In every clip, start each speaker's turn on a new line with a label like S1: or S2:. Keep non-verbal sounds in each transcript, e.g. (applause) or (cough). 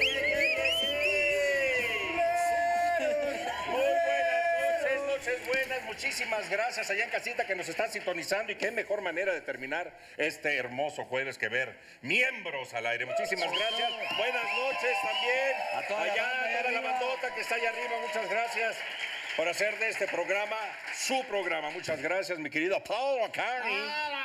S1: ¡Eh!
S2: muchísimas gracias allá en casita que nos están sintonizando y qué mejor manera de terminar este hermoso jueves que ver miembros al aire. Muchísimas gracias. Buenas noches también.
S1: A toda la
S2: allá
S1: banda allá
S2: a toda la
S1: arriba.
S2: bandota que está allá arriba, muchas gracias por hacer de este programa su programa. Muchas gracias, mi querido Paul
S3: Hola,
S2: Acari.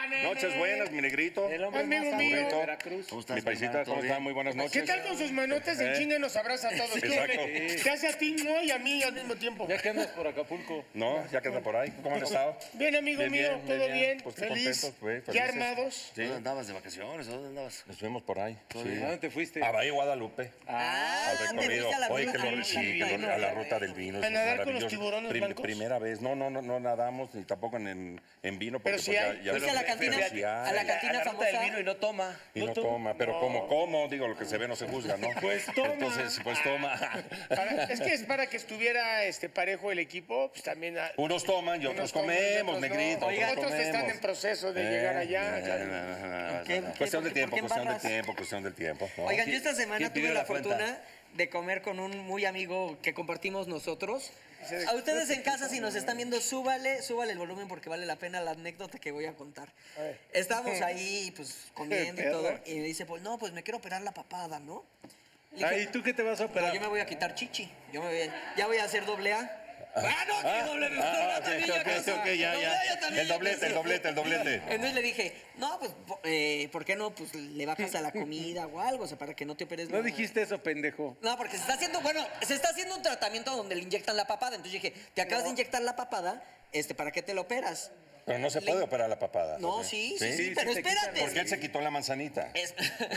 S3: nene.
S2: Noches buenas, mi negrito.
S1: El hombre
S3: Amigo
S1: más
S3: mío.
S1: aburrido de Veracruz.
S2: Negrito. Mi paisita, ¿cómo están? Muy buenas noches.
S3: ¿Qué tal con sus manotas de
S2: ¿Eh?
S3: chinga nos abraza a todos?
S2: Exacto.
S3: Te hace a ti no y a mí al mismo tiempo.
S1: Ya que andas por Acapulco.
S2: No, ya queda por ahí. ¿Cómo han estado?
S3: Bien, amigo
S2: Bien,
S3: mío,
S2: bien,
S3: todo
S1: bien.
S3: bien,
S2: Pues, qué
S3: feliz,
S2: contentos, güey,
S3: ya
S2: felices.
S3: armados.
S2: Sí.
S4: ¿Dónde andabas de vacaciones? ¿Dónde andabas?
S2: Nos vemos por ahí.
S1: ¿A dónde te fuiste?
S2: A Bahía Guadalupe.
S5: Ah,
S2: al
S5: te
S2: recorrido.
S5: fuiste a la
S2: Oye,
S5: ruta
S2: que lo
S5: del
S2: recibí, que
S5: vino.
S2: lo- a la ruta del vino.
S3: ¿A
S2: es
S3: nadar con los
S2: maravilloso.
S3: tiburones blancos?
S2: Primera vez. No, no, no, no nadamos ni tampoco en- en, en vino. Porque
S3: Pero sí
S2: pues ya-
S3: hay.
S2: ya-
S5: Fuiste a la
S2: pero
S5: cantina-
S2: sí
S5: a
S2: hay.
S5: la cantina
S1: A la ruta del
S5: famosa.
S1: vino y no toma.
S2: Y no toma, pero como como, digo, lo que se ve no se juzga, ¿no?
S1: Pues toma.
S2: Entonces, pues
S3: (laughs)
S2: toma.
S3: Para- es que es para que estuviera este parejo el equipo, pues también... a-
S2: Unos toman y otros
S3: unos toman y
S2: pues, comemos,
S3: otros no.
S2: negrito.
S3: Oigan,
S2: otros
S3: otros están
S2: comemos.
S3: en proceso de
S2: Eh,
S3: llegar allá.
S2: eh,
S3: claro.
S2: eh, eh,
S5: ¿Qué-
S2: eh,
S5: qué-
S2: Cuestión de
S5: por qué
S2: tiempo, cuestión del
S5: embarras?
S2: tiempo, cuestión del tiempo. ¿no?
S5: Oigan, yo
S1: ¿Quién-
S5: esta semana
S1: quién
S5: tuve
S1: pidió
S5: la,
S1: la cuenta?
S5: fortuna de comer con un muy amigo que compartimos nosotros.
S3: Se-
S5: A ustedes en casa, si nos están viendo, súbale, súbale el volumen porque vale la pena la anécdota que voy a contar. Estábamos ahí, pues, comiendo y todo, y me dice, pues, no, pues, me quiero operar la papada, ¿no? Le dije,
S1: Ah, ¿y tú qué te vas a
S5: "No,
S1: operar?
S5: yo me voy a quitar chichi, yo me voy a- ya voy a hacer doble A. ¡Ah, no, que doble B!
S2: Ah,
S5: Yo
S2: ok,
S5: también ya
S2: ok,
S5: pensé.
S2: ok, ok, ya,
S5: Doble
S2: ya.
S5: A, yo también
S2: El
S5: ya
S2: doblete, el
S5: pensé.
S2: doblete, el doblete.
S5: Entonces le dije, no, pues, po- eh, ¿por qué no? Pues le bajas a la comida o algo, o sea, para que no te operes.
S1: No
S5: la-
S1: dijiste eso, pendejo.
S5: No, porque se está haciendo, bueno, se está haciendo un tratamiento donde le inyectan la papada. Entonces dije, te acabas de inyectar la papada, este, ¿para qué te la operas?
S2: Pero no se
S5: Le-
S2: puede operar la papada.
S5: No,
S2: ¿ok?
S5: sí, sí, sí,
S1: Sí,
S5: pero
S1: sí te quitan.
S5: espérate.
S2: Porque él se quitó la manzanita.
S5: Es- (laughs)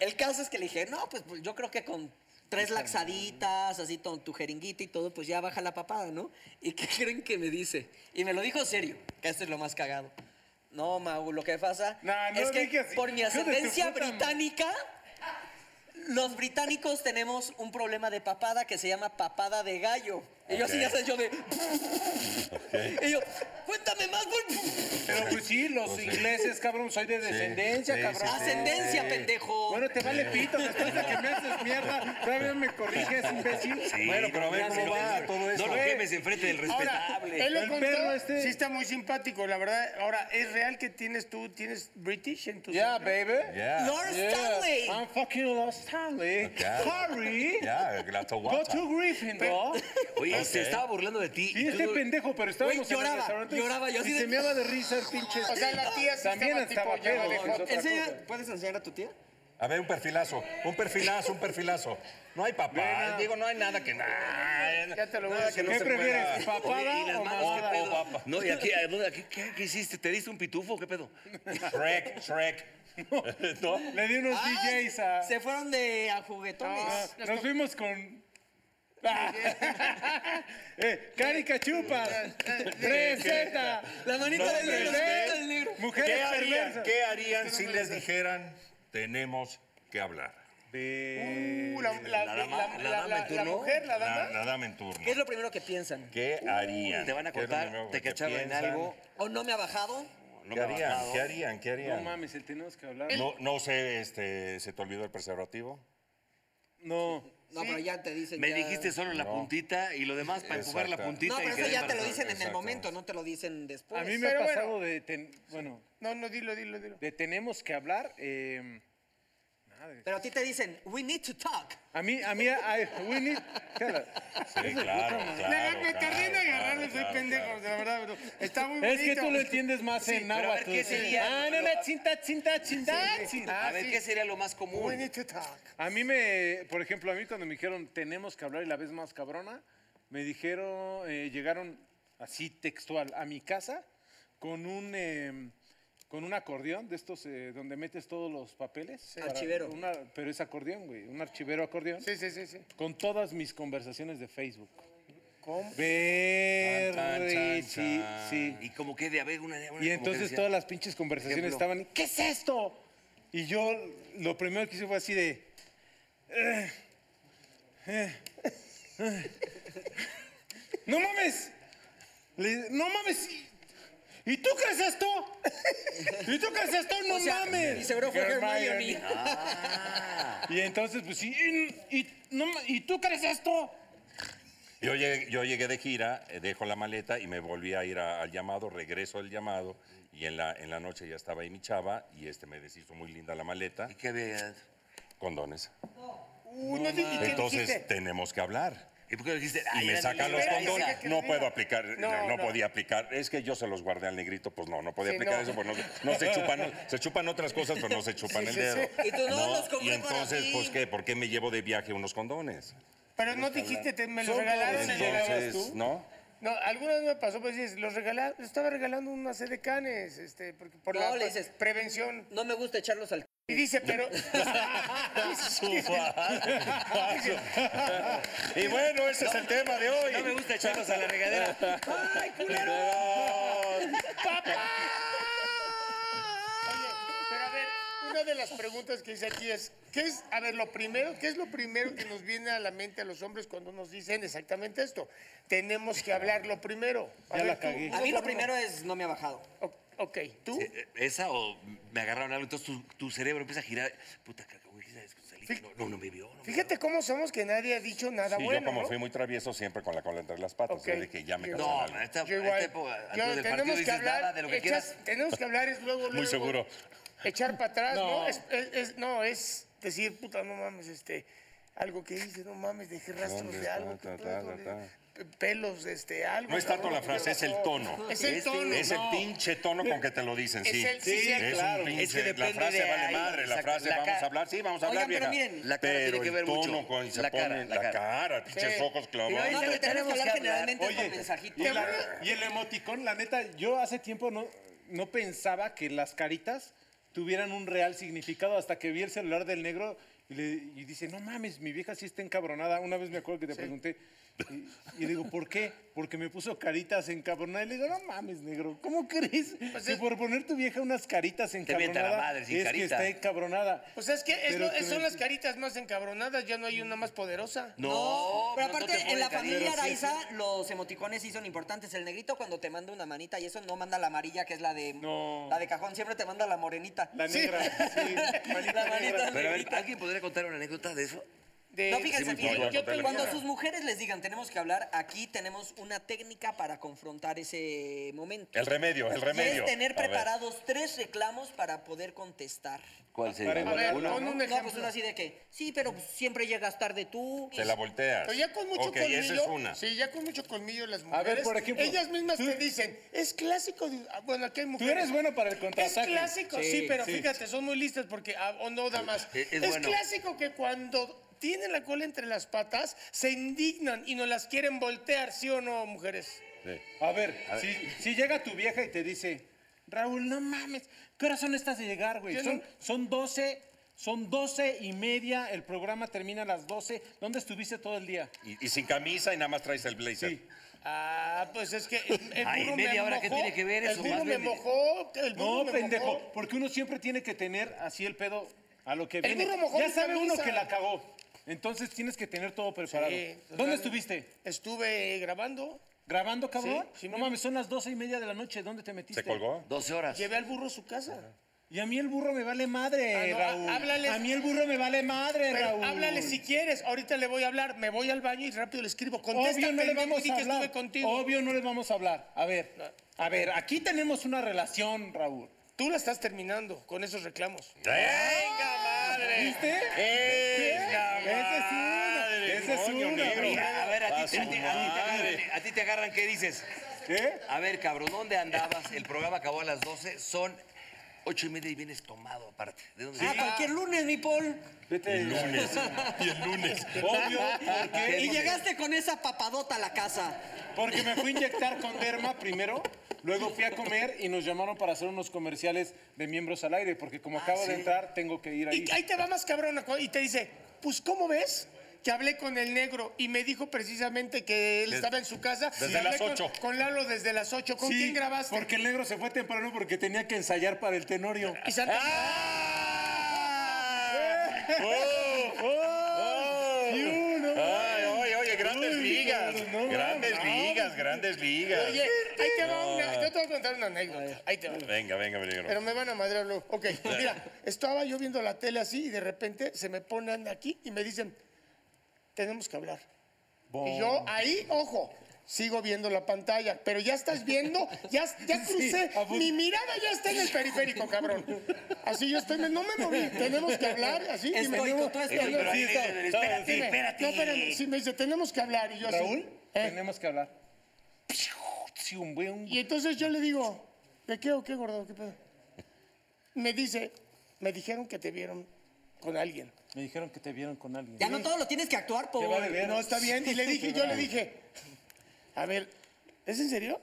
S5: el caso es que le dije, no, pues, pues, yo creo que con tres laxaditas, así con tu jeringuita y todo, pues ya baja la papada, ¿no? ¿Y qué (laughs) creen que me dice? Y me lo dijo serio, que esto es lo más cagado. No, Mau, lo que pasa
S1: No, no
S5: es que
S1: digas-
S5: por mi
S1: hijo de tu
S5: ascendencia
S1: puta madre.
S5: británica, los británicos tenemos un problema de papada que se llama papada de gallo. Y yo así
S2: Ok.
S5: ya sé, yo de... (laughs) Y yo, cuéntame más,
S1: Pero pues sí, los
S2: Pues sí.
S1: ingleses, cabrón, soy de descendencia,
S2: sí,
S1: cabrón.
S2: sí,
S5: ascendencia, pendejo.
S1: Bueno, te vale pito, después de que me haces mierda, todavía me corriges, imbécil.
S2: bueno, pero a ver cómo va todo eso.
S6: No lo quemes enfrente del
S3: Ahora,
S6: respetable.
S3: él lo
S1: El
S3: contó,
S1: perro este.
S3: sí está muy simpático, la verdad. Ahora, ¿es real que tienes tú, tienes British en tu
S1: Yeah,
S3: sangre?
S1: baby.
S2: Ya,
S5: Lord Stanley.
S1: I'm fucking lost Stanley.
S2: Ya.
S1: Harry.
S2: ya, la
S1: Go
S2: toguata.
S1: to Gryffindor.
S6: Oye,
S2: Ok.
S6: se estaba burlando de ti.
S1: Sí, este
S6: Tú-
S1: pendejo, pero estábamos
S5: Güey, lloraba,
S1: en el restaurante.
S5: lloraba, yo así
S1: y
S5: de-
S1: se me daba de risa el pinche.
S3: O sea, la tía sí
S1: También
S3: estaba,
S1: estaba
S3: tipo, ya
S1: pedo,
S3: dejó.
S1: es otra
S5: Enseña-
S1: cosa.
S5: ¿Puedes enseñar a tu tía?
S2: A ver, un perfilazo, un perfilazo, un perfilazo. No hay papá,
S1: Ven a-
S2: digo, no hay nada que nada.
S3: Ya te lo voy a
S2: nada que
S3: decir.
S2: no
S1: ¿Qué
S2: se
S1: prefieres,
S2: pueda.
S6: Oye, ¿y
S1: papada
S6: las
S1: o
S6: manos qué
S1: mamada?
S6: pedo?
S2: papá.
S6: No, y aquí, aquí, ¿qué, qué hiciste? ¿Te diste un pitufo? ¿Qué pedo?
S2: Shrek, Shrek. ¿No?
S1: Le di unos
S5: Ah,
S1: DJs a.
S5: Se fueron de a juguetones.
S1: Ah, nos fuimos con. Ah. (laughs) eh, caricachupas, receta,
S5: La manita
S2: No,
S5: del negro, la
S2: hombre, ¿qué?
S5: manita del negro.
S1: mujeres
S2: ¿Qué harían,
S1: perversas.
S2: ¿Qué harían si les dijeran, tenemos que hablar?
S3: Uh,
S6: La
S3: la, la-
S6: dama-
S3: la-
S6: la
S3: la-
S6: dama
S3: la-
S6: en turno.
S3: la mujer, la dama.
S2: La, la dama en turno.
S5: ¿Qué es lo primero que piensan?
S2: ¿Qué harían?
S6: Te van a
S2: ¿Qué es lo
S6: cortar,
S2: primero
S6: te
S2: que
S6: cacharon en
S2: piensan?
S6: algo.
S5: ¿O no me ha bajado?
S6: No
S2: ¿Qué
S6: me ha
S2: harían?
S6: bajado.
S2: ¿Qué harían? ¿Qué
S1: No
S2: harían?
S1: mames, el tenemos que hablar.
S2: No, no sé, este, ¿se te olvidó el preservativo?
S1: No.
S5: No, pero ya te dicen.
S6: Me
S5: ya-
S6: dijiste solo la puntita y lo demás para empujar la
S2: Exacto.
S5: No,
S6: puntita. y
S5: pero eso
S6: quedar
S5: ya te lo
S6: embarazada.
S5: dicen en el
S2: Exacto.
S5: momento, no te lo dicen después.
S1: A mí me
S3: Pero
S1: ha
S3: bueno.
S1: pasado de. ten- Bueno,
S3: No, no, dilo, dilo, dilo.
S1: de tenemos que hablar. eh,
S5: Pero a ti te dicen, we need to talk.
S1: a mí, a mí, a, a- we need- Cala.
S2: Sí, claro,
S3: La-
S2: claro.
S3: me tardé en
S2: claro,
S3: agarrarle,
S2: claro,
S3: soy
S2: claro,
S3: pendejo,
S2: claro.
S3: la verdad, pero está muy
S1: Es que
S3: bonito.
S1: tú lo entiendes más en
S6: pero a ver,
S1: náhuatl.
S6: ¿qué sería?
S1: Ah, no, no, chinta, chinta, chinta, chinta.
S6: A ver, ¿qué sería lo más
S3: We
S6: común?
S3: need to talk.
S1: A mí me, por ejemplo, a mí cuando me dijeron tenemos que hablar y la vez más cabrona, me dijeron, eh, llegaron así textual a mi casa con un, eh, con un acordeón de estos eh, donde metes todos los papeles. para-
S5: Archivero.
S1: una- pero es acordeón, güey, un archivero acordeón.
S3: Sí, sí, sí, sí.
S1: Con todas mis conversaciones de Facebook.
S3: ¿Cómo?
S1: Ver,
S2: Tan, tan, chan,
S1: sí,
S2: chan.
S1: sí.
S6: Y como que de a ver una de una
S1: Y
S6: como que
S1: entonces
S6: decía,
S1: todas las pinches conversaciones
S6: Ejemplo.
S1: estaban, ¿qué es esto? Y yo lo primero que hice fue así de... "Eh, eh, eh". (laughs) ¡No mames! Le- ¡No mames! ¿Y tú crees esto? ¿Y tú crees esto? ¡No
S5: O sea,
S1: mames!
S5: Y seguro fue
S1: Hermione.
S5: Hermione.
S1: Y entonces, pues sí, y, y- no ma- ¿y tú crees esto?
S2: Yo llegué, yo llegué de gira, eh, dejo la maleta y me volví a ir a- al llamado, regreso al llamado y en la, en la noche ya estaba ahí mi chava y este me deshizo muy linda la maleta,
S6: ¿Y qué había?
S2: condones.
S3: Uh, no, di- ¿y qué
S2: Entonces
S3: dijiste?
S2: tenemos que hablar.
S6: ¿Y por qué dijiste?
S2: Y
S6: "Ay,
S2: me
S6: era
S2: sacan
S6: mi
S2: los
S6: libra"?
S3: espera,
S2: condones.
S3: deja que
S2: No
S3: lo
S2: puedo
S3: diga.
S2: aplicar,
S3: No,
S2: no, no
S3: no.
S2: podía aplicar. Es que yo se los guardé al negrito, pues no, no podía
S3: Sí,
S2: aplicar
S3: no.
S2: eso, pues no, no se chupan, no- se chupan otras cosas, pero no se chupan el dedo.
S5: Y tú, no, los compré
S2: y
S5: para
S2: entonces,
S5: ti.
S2: pues qué, ¿por qué me llevo de viaje unos condones?
S3: Pero no dijiste, te- me los
S1: Son
S3: regalaron.
S1: todos
S3: y le dabas
S2: Entonces,
S3: tú.
S2: ¿no?
S3: No, alguna vez me pasó, pues dices, los regala, les estaba regalando una sed de canes, este, porque por
S5: No,
S3: la
S5: le dices-
S3: prevención.
S5: No me gusta echarlos al...
S3: Y
S2: (laughs)
S3: dice, pero. (laughs) (laughs)
S2: Y bueno, ese es el tema de hoy.
S6: No me gusta echarlos a la regadera.
S5: ¡Ay, culero!
S3: Oye, pero a ver, una de las preguntas que hice aquí es, ¿qué es, a ver, lo primero, qué es lo primero que nos viene a la mente a los hombres cuando nos dicen exactamente esto? Tenemos que hablar lo primero. A
S1: Ya
S3: ver,
S1: la
S3: tú.
S1: cagué.
S5: A mí lo primero es no me ha bajado.
S3: O- ok, ¿tú?
S6: Eh, ¿Esa o me agarraron algo? Entonces tu, tu cerebro empieza a girar. Puta, caca, güey, ¿qué sabes? Salí,
S3: Fí-
S6: No, no, no me vio. no me
S3: Fíjate cómo somos que nadie ha dicho nada
S2: Y
S3: bueno.
S2: yo como
S3: ¿no?
S2: fui muy travieso siempre con la cola entre las patas,
S3: Ok.
S2: es de que ya me
S3: Yo-
S6: vio.
S2: cansé
S6: No,
S2: de
S6: en
S2: algo.
S6: esta,
S3: Yo
S6: esta
S3: igual.
S6: época,
S3: Yo-
S6: antes del partido
S3: tenemos que
S6: dices
S3: hablar.
S6: nada de lo que
S3: echas-
S6: quieras.
S3: Tenemos que hablar, es luego.
S2: Muy
S3: luego.
S2: seguro.
S3: Echar para atrás, ¿no?
S1: No.
S3: Es, es- es- no, es decir, puta, no mames, este. Algo que dices, no mames, dejé rastros
S2: ¿Dónde
S3: de
S2: está?
S3: algo. ¿qué
S2: Ta, ta,
S3: pedo,
S2: ta, ta.
S3: de- Pelos, este, algo.
S2: No es tanto
S3: cabrón,
S2: la
S3: ¿qué
S2: frase, es el
S3: pasó?
S2: tono.
S3: Es el tono.
S2: Es
S3: no.
S2: el pinche tono con que te lo dicen,
S3: Es
S2: sí.
S3: el- sí, sí,
S2: es
S1: claro.
S2: un pinche,
S6: Es que
S2: la
S6: depende
S2: frase
S6: de
S2: vale
S6: ahí,
S2: madre, la
S6: exacto,
S2: frase
S6: la
S2: vamos
S6: cara.
S2: a hablar, sí, vamos a
S5: Oigan,
S2: hablar, vieja.
S5: pero miren,
S6: la cara tiene que
S2: el
S6: ver
S2: tono
S6: mucho.
S2: con- se
S6: La cara,
S2: pone
S6: la
S2: la
S6: cara.
S2: cara, pinches
S3: Sí.
S2: ojos clavados.
S5: No,
S6: ahí
S5: pero
S6: tenemos
S5: tenemos que
S6: que
S5: hablar
S6: hablar.
S5: generalmente
S1: Oye,
S5: con mensajito.
S1: y, la- y el emoticón, la neta, yo hace tiempo no, no pensaba que las caritas tuvieran un real significado hasta que vi el celular del negro y, le, y dice, no mames, mi vieja sí está encabronada. Una vez me acuerdo que te pregunté y, y le digo, ¿por qué? Porque me puso caritas encabronadas. Y le digo, no mames, negro, ¿cómo crees? que por poner tu vieja unas caritas
S6: Te mienta la
S1: encabronadas
S6: madre sin
S1: es que
S6: carita.
S1: está encabronada.
S3: Pues es que es
S1: Pero
S3: lo-
S1: que
S3: son
S1: me-
S3: las caritas más encabronadas, ya no hay una más poderosa.
S6: No,
S5: No, Oh, pero
S6: no, no
S5: aparte,
S6: te
S5: en la
S6: pueden
S5: familia
S6: caer.
S5: Araiza, los emoticones sí son importantes. El negrito cuando te manda una manita y eso no manda la amarilla, que es la de
S1: No.
S5: la de cajón, siempre te manda la morenita.
S1: La negra, sí, manita
S5: La manita
S1: negra.
S6: Pero a ver, ¿alguien podría contar una anécdota de eso?
S3: De-
S5: No,
S3: Sí,
S5: fíjense,
S2: no, yo
S5: fíjense.
S2: voy a contar
S5: cuando
S2: la
S5: sus mujeres les digan tenemos que hablar, aquí tenemos una técnica para confrontar ese momento.
S2: El remedio, el
S5: Y
S2: remedio.
S5: es tener
S2: A ver.
S5: preparados tres reclamos para poder contestar.
S6: ¿Cuál sería?
S3: A ver, pon un
S5: No, pues
S3: ejemplo.
S5: uno así de que, sí, pero pues, siempre llegas tarde tú. "Ah,
S2: Se la volteas.
S3: Pero ya con mucho
S2: Ok,
S3: colmillo.
S2: esa es una.
S3: Sí, ya con mucho colmillo las
S1: ver,
S3: mujeres.
S1: por ejemplo,
S3: Ellas mismas
S1: tú-
S3: te dicen, es clásico. de- ah, Bueno, aquí hay
S1: Tú
S3: mujeres.
S1: eres bueno para el
S3: Es
S1: contraataque.
S3: clásico, sí,
S5: Sí,
S3: pero
S1: sí.
S3: fíjate, son muy listas porque, ah, o no, damas.
S6: Es-
S3: Es,
S6: es bueno.
S3: clásico que cuando tienen la cola entre las patas, se indignan y no las quieren voltear, ¿sí o no, mujeres?
S2: Sí.
S1: A ver, Si, si llega tu vieja y te dice, Raúl, no mames, ¿qué horas son estas de llegar, güey?
S3: Yo
S1: Son,
S3: no-
S1: son 12, son 12 y media, el programa termina a las 12. ¿Dónde estuviste todo el día?
S2: Y, y sin camisa y nada más traes el blazer.
S1: Sí.
S3: Ah, pues es que el, el
S6: Ay,
S3: burro
S6: media
S3: me
S6: hora,
S3: mojó,
S6: ¿qué tiene que ver eso?
S3: El burro
S6: Más
S3: me
S6: bien-
S3: mojó, el burro
S1: No,
S3: me
S1: pendejo,
S3: mojó.
S1: porque uno siempre tiene que tener así el pedo a lo que
S3: El
S1: viene.
S3: burro mojó
S1: ya
S3: mi
S1: sabe uno
S3: camisa.
S1: que la cagó. Entonces tienes que tener todo preparado.
S3: Sí,
S1: ¿Dónde
S3: total.
S1: estuviste?
S3: pues Estuve grabando,
S1: ¿Grabando, cabrón?
S3: Sí, sí,
S1: no
S3: mi-
S1: mames, son las 12 y media de la noche. ¿Dónde te metiste?
S2: ¿Se colgó?
S6: 12 horas.
S3: llevé al burro a su casa.
S1: Y a mí el burro me vale madre,
S3: Ah, no, a-
S1: Raúl.
S3: háblales.
S1: A mí el burro me vale madre,
S3: Pero
S1: Raúl.
S3: háblale si quieres. Ahorita le voy a hablar. Me voy al baño y rápido le escribo. Contesta,
S1: Obvio no le
S3: pendejo,
S1: vamos
S3: di
S1: a
S3: que
S1: hablar.
S3: estuve contigo.
S1: Obvio no les vamos a hablar. A ver, a ver, aquí tenemos una relación, Raúl.
S3: Tú la estás terminando con esos reclamos.
S2: ¡Venga, madre!
S1: ¿Viste?
S2: ¡Venga,
S1: Esa es una,
S2: madre!
S1: esa es
S2: Coño,
S1: una,
S2: negro.
S1: bro.
S6: Mira, a ver, a
S2: A
S6: ti,
S2: su
S6: te- a ti te
S2: madre.
S6: agarran, a ti te agarran, ¿qué dices?
S3: ¿Eh?
S1: ¿Qué?
S6: A ver, cabrón, ¿dónde andabas? El programa acabó a las 12, son 8 y media y vienes tomado aparte. ¿De dónde
S5: Ah,
S6: vienes?
S5: cualquier lunes, mi Paul.
S1: Vete.
S2: Lunes. Y el lunes.
S1: Obvio, ¿por qué?
S5: Y llegaste con esa papadota a la casa.
S1: Porque me fui a inyectar con derma primero, luego fui a comer y nos llamaron para hacer unos comerciales de miembros al aire, porque como acabo de entrar, tengo que ir ahí.
S3: Ah, Y ahí te va más cabrona. cu- Y te dice, pues, ¿cómo ves? Que hablé con el negro y me dijo precisamente que él
S2: Des-
S3: estaba en su casa.
S2: desde
S3: Y hablé
S2: las
S3: con-
S2: ocho.
S3: Con, Lalo desde las 8. ¿Con
S1: Sí,
S3: quién grabaste?
S1: Porque el negro se fue temprano porque tenía que ensayar para el tenorio.
S3: Y Santa-
S2: Ah, ¡Oh! ¡Oh!
S1: Y uno,
S2: Ay, oye, oye, grandes
S1: Uy,
S2: ligas.
S1: no, no,
S2: grandes
S1: no.
S2: ligas, grandes ligas.
S3: Oye, ahí te va una. Yo te voy a contar una anécdota. Ahí te va.
S2: Venga, venga, venga.
S3: Pero me van a madrear luego.
S1: (laughs)
S3: Ok, mira, estaba yo viendo la tele así y de repente se me ponen aquí y me dicen, tenemos que hablar. Y yo ahí, ojo, sigo viendo la pantalla, pero ya estás viendo, ya, ya crucé,
S1: a punto.
S3: mi mirada ya está en el periférico, cabrón. Así yo estoy, no me moví, tenemos que hablar, así. y me
S5: Estoico,
S3: digo,
S5: tú estoico.
S3: tenemos-
S6: Pero ahí,
S1: Sí, está-
S6: espérate,
S1: está-
S3: dime,
S6: espérate.
S3: No, espérame, sí, me dice, tenemos que hablar, y yo así.
S1: Raúl,
S3: ¿eh?
S1: tenemos que hablar. Sí, un buen...
S3: Y entonces yo le digo, ¿de qué o qué, gordo? ¿Qué pedo? Me dice, me dijeron que te vieron con alguien.
S1: Me dijeron que te vieron con alguien.
S5: Ya no todo lo tienes que actuar, por.
S1: Te vale ver.
S3: No, está bien. Y le dije, yo le dije, a ver, ¿es en serio?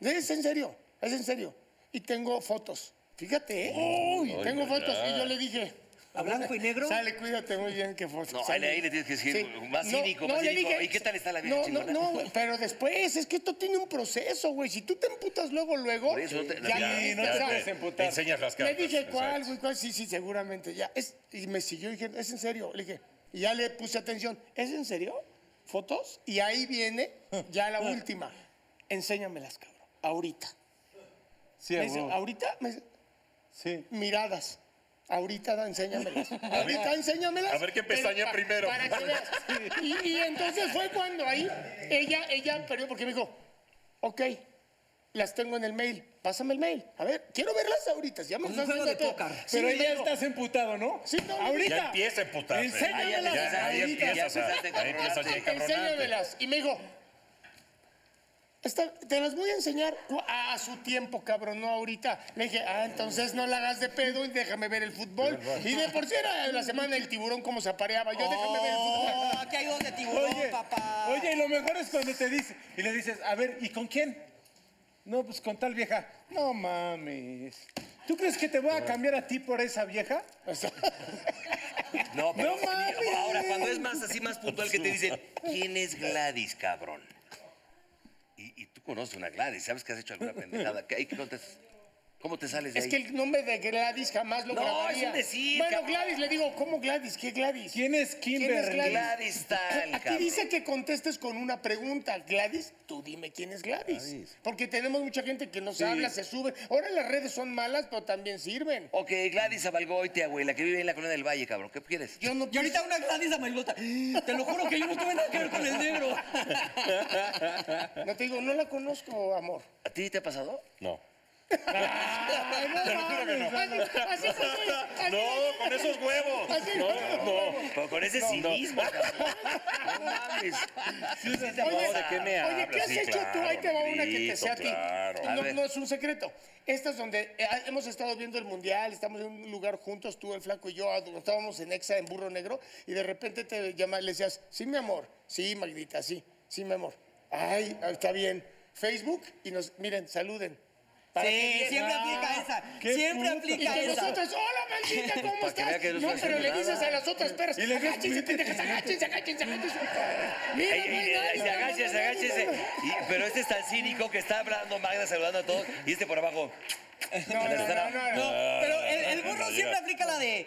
S3: Sí, Es en serio, es en serio. Y tengo fotos. Fíjate, ¿eh? Uy, tengo fotos. Y yo le dije,
S5: ¿A blanco y negro?
S3: Sale, cuídate muy bien, qué fotos.
S6: No,
S3: Sale.
S6: ahí le tienes que decir, más cínico, más
S3: le
S6: cínico. ¿Y qué tal está la vieja
S3: No,
S6: chingona?
S3: no, no, güey, pero después, es que esto tiene un proceso, güey. Si tú te emputas luego, luego.
S6: Por eso no te- ya,
S3: ya le diste,
S1: no te
S3: o sea,
S1: puedes
S2: Te enseñas las
S3: le
S2: cartas.
S3: dije, ¿cuál,
S2: exacto.
S3: güey? ¿Cuál? Sí, sí, seguramente. Ya. Es, y me siguió y dije, ¿es en serio? Le dije, y ya le puse atención. ¿Es en serio? ¿Fotos? Y ahí viene ya
S2: (laughs)
S3: la última. Enséñamelas, cabrón. Ahorita.
S1: Sí,
S3: Me
S1: a
S3: dice,
S1: huevo.
S3: ahorita, me dice,
S1: Sí.
S3: miradas. Ahorita da,
S2: (laughs)
S3: enséñamelas. Ahorita enséñamelas.
S2: a ver qué pestaña
S3: pa-
S2: primero.
S3: Para
S2: (laughs)
S3: que veas. Y, y entonces fue cuando ahí ella, ella perdió porque me dijo, ok, las tengo en el mail. Pásame el mail. A ver, quiero verlas ahorita. si Ya me
S5: Como un
S3: estás
S5: juego de
S3: dando todo.
S5: póker.
S3: Sí,
S1: Pero
S3: me
S1: ya
S3: dijo,
S1: estás emputado, ¿no?
S3: Sí, no,
S1: ahorita.
S2: Ya empieza a emputarse.
S1: Enséñamelas
S2: Ya, ya, ahí
S1: ahorita.
S2: empiezas a, ahí empiezas a encabronarte.
S3: Enséñamelas. Y me dijo, "Esta- te las voy a enseñar cu- a, a su tiempo, cabrón, no ahorita. Le dije, ah, entonces no la hagas de pedo y déjame ver el fútbol. Y de por sí era la semana el tiburón como se apareaba. Yo déjame ver el fútbol.
S5: Oh, aquí hay dos de tiburón,
S1: Oye,
S5: papá.
S1: oye, y lo mejor es cuando te dice, y le dices, a ver, ¿y con quién? No, pues con tal vieja. No mames. ¿Tú crees que te voy a cambiar a ti por esa vieja?
S6: No, pero
S1: ¡No mames!
S6: ahora cuando es más así, más puntual que te dicen, ¿quién es Gladys, cabrón? Y, y tú conoces una Gladys, ¿sabes que has hecho alguna pendejada? ¿Qué, qué contestas? ¿Cómo te sales de
S3: Es
S6: ahí?
S3: que el nombre de Gladys jamás lo
S6: No,
S3: grabaría.
S6: es un decir,
S3: Bueno,
S6: cabrón.
S3: Gladys, le digo, ¿cómo Gladys? ¿Qué Gladys?
S1: ¿Quién es Kimberly?
S3: Gladys?
S6: Gladys tal,
S3: Aquí
S6: cabrón.
S3: dice que contestes con una pregunta. Gladys, tú dime quién es Gladys. Porque tenemos mucha gente que nos habla, se sube. Ahora las redes son malas, pero también sirven.
S6: Ok, Gladys Abalgoitia, güey, la que vive en la colonia del Valle, cabrón. ¿Qué quieres?
S3: Yo no
S5: Y ahorita una Gladys Amailota. Te lo juro que yo no tuve nada que ver con el negro.
S3: No te digo, no la conozco, amor.
S6: ¿A ti te ha pasado?
S2: No.
S3: Ay, no, mames, así- así fue, así-
S2: No, con esos huevos.
S3: así-
S6: Pero con ese
S3: (laughs)
S6: cinismo, cabrón. No mames.
S3: Oye,
S2: ¿de qué me
S3: oye, ¿qué
S2: hablas?
S3: has
S2: Sí,
S3: hecho tú?
S2: claro,
S3: Ahí te va una que te
S2: negrito,
S3: sea a ti.
S2: claro.
S3: No-
S6: A
S3: No,
S6: ver.
S3: es un secreto. Esta es donde eh, hemos estado viendo el mundial, estamos en un lugar juntos, tú, el flaco y yo, a- estábamos en Exa, en Burro Negro, y de repente te llama, le decías, sí, mi amor, sí, Magdita, sí, sí, mi amor. Ay, ah, está bien. Facebook, y nos, miren, saluden. Para que
S5: Sí,
S3: vean.
S5: siempre aplica esa.
S1: qué
S5: Siempre
S1: puto.
S3: Y
S5: aplica
S3: que
S5: esa.
S3: nosotras, hola maldita, ¿cómo
S6: Para que vea
S3: estás?
S6: que no
S3: No,
S6: estás
S3: pero le
S6: haciendo
S3: dices a las otras perras,
S1: Y le das
S3: agáchense, pendejas, agáchense, agáchense, agáchense. Mira,
S6: Ey,
S3: no hay
S6: ey, ey,
S3: nadie,
S6: se
S3: no, no,
S6: agaches,
S3: no, no,
S6: agáchese.
S3: no, no.
S6: Y- pero este es tan cínico que está hablando Magda, saludando a todos, y este por abajo.
S3: No, no, no, no, no.
S5: No, pero el, el burro siempre aplica la de.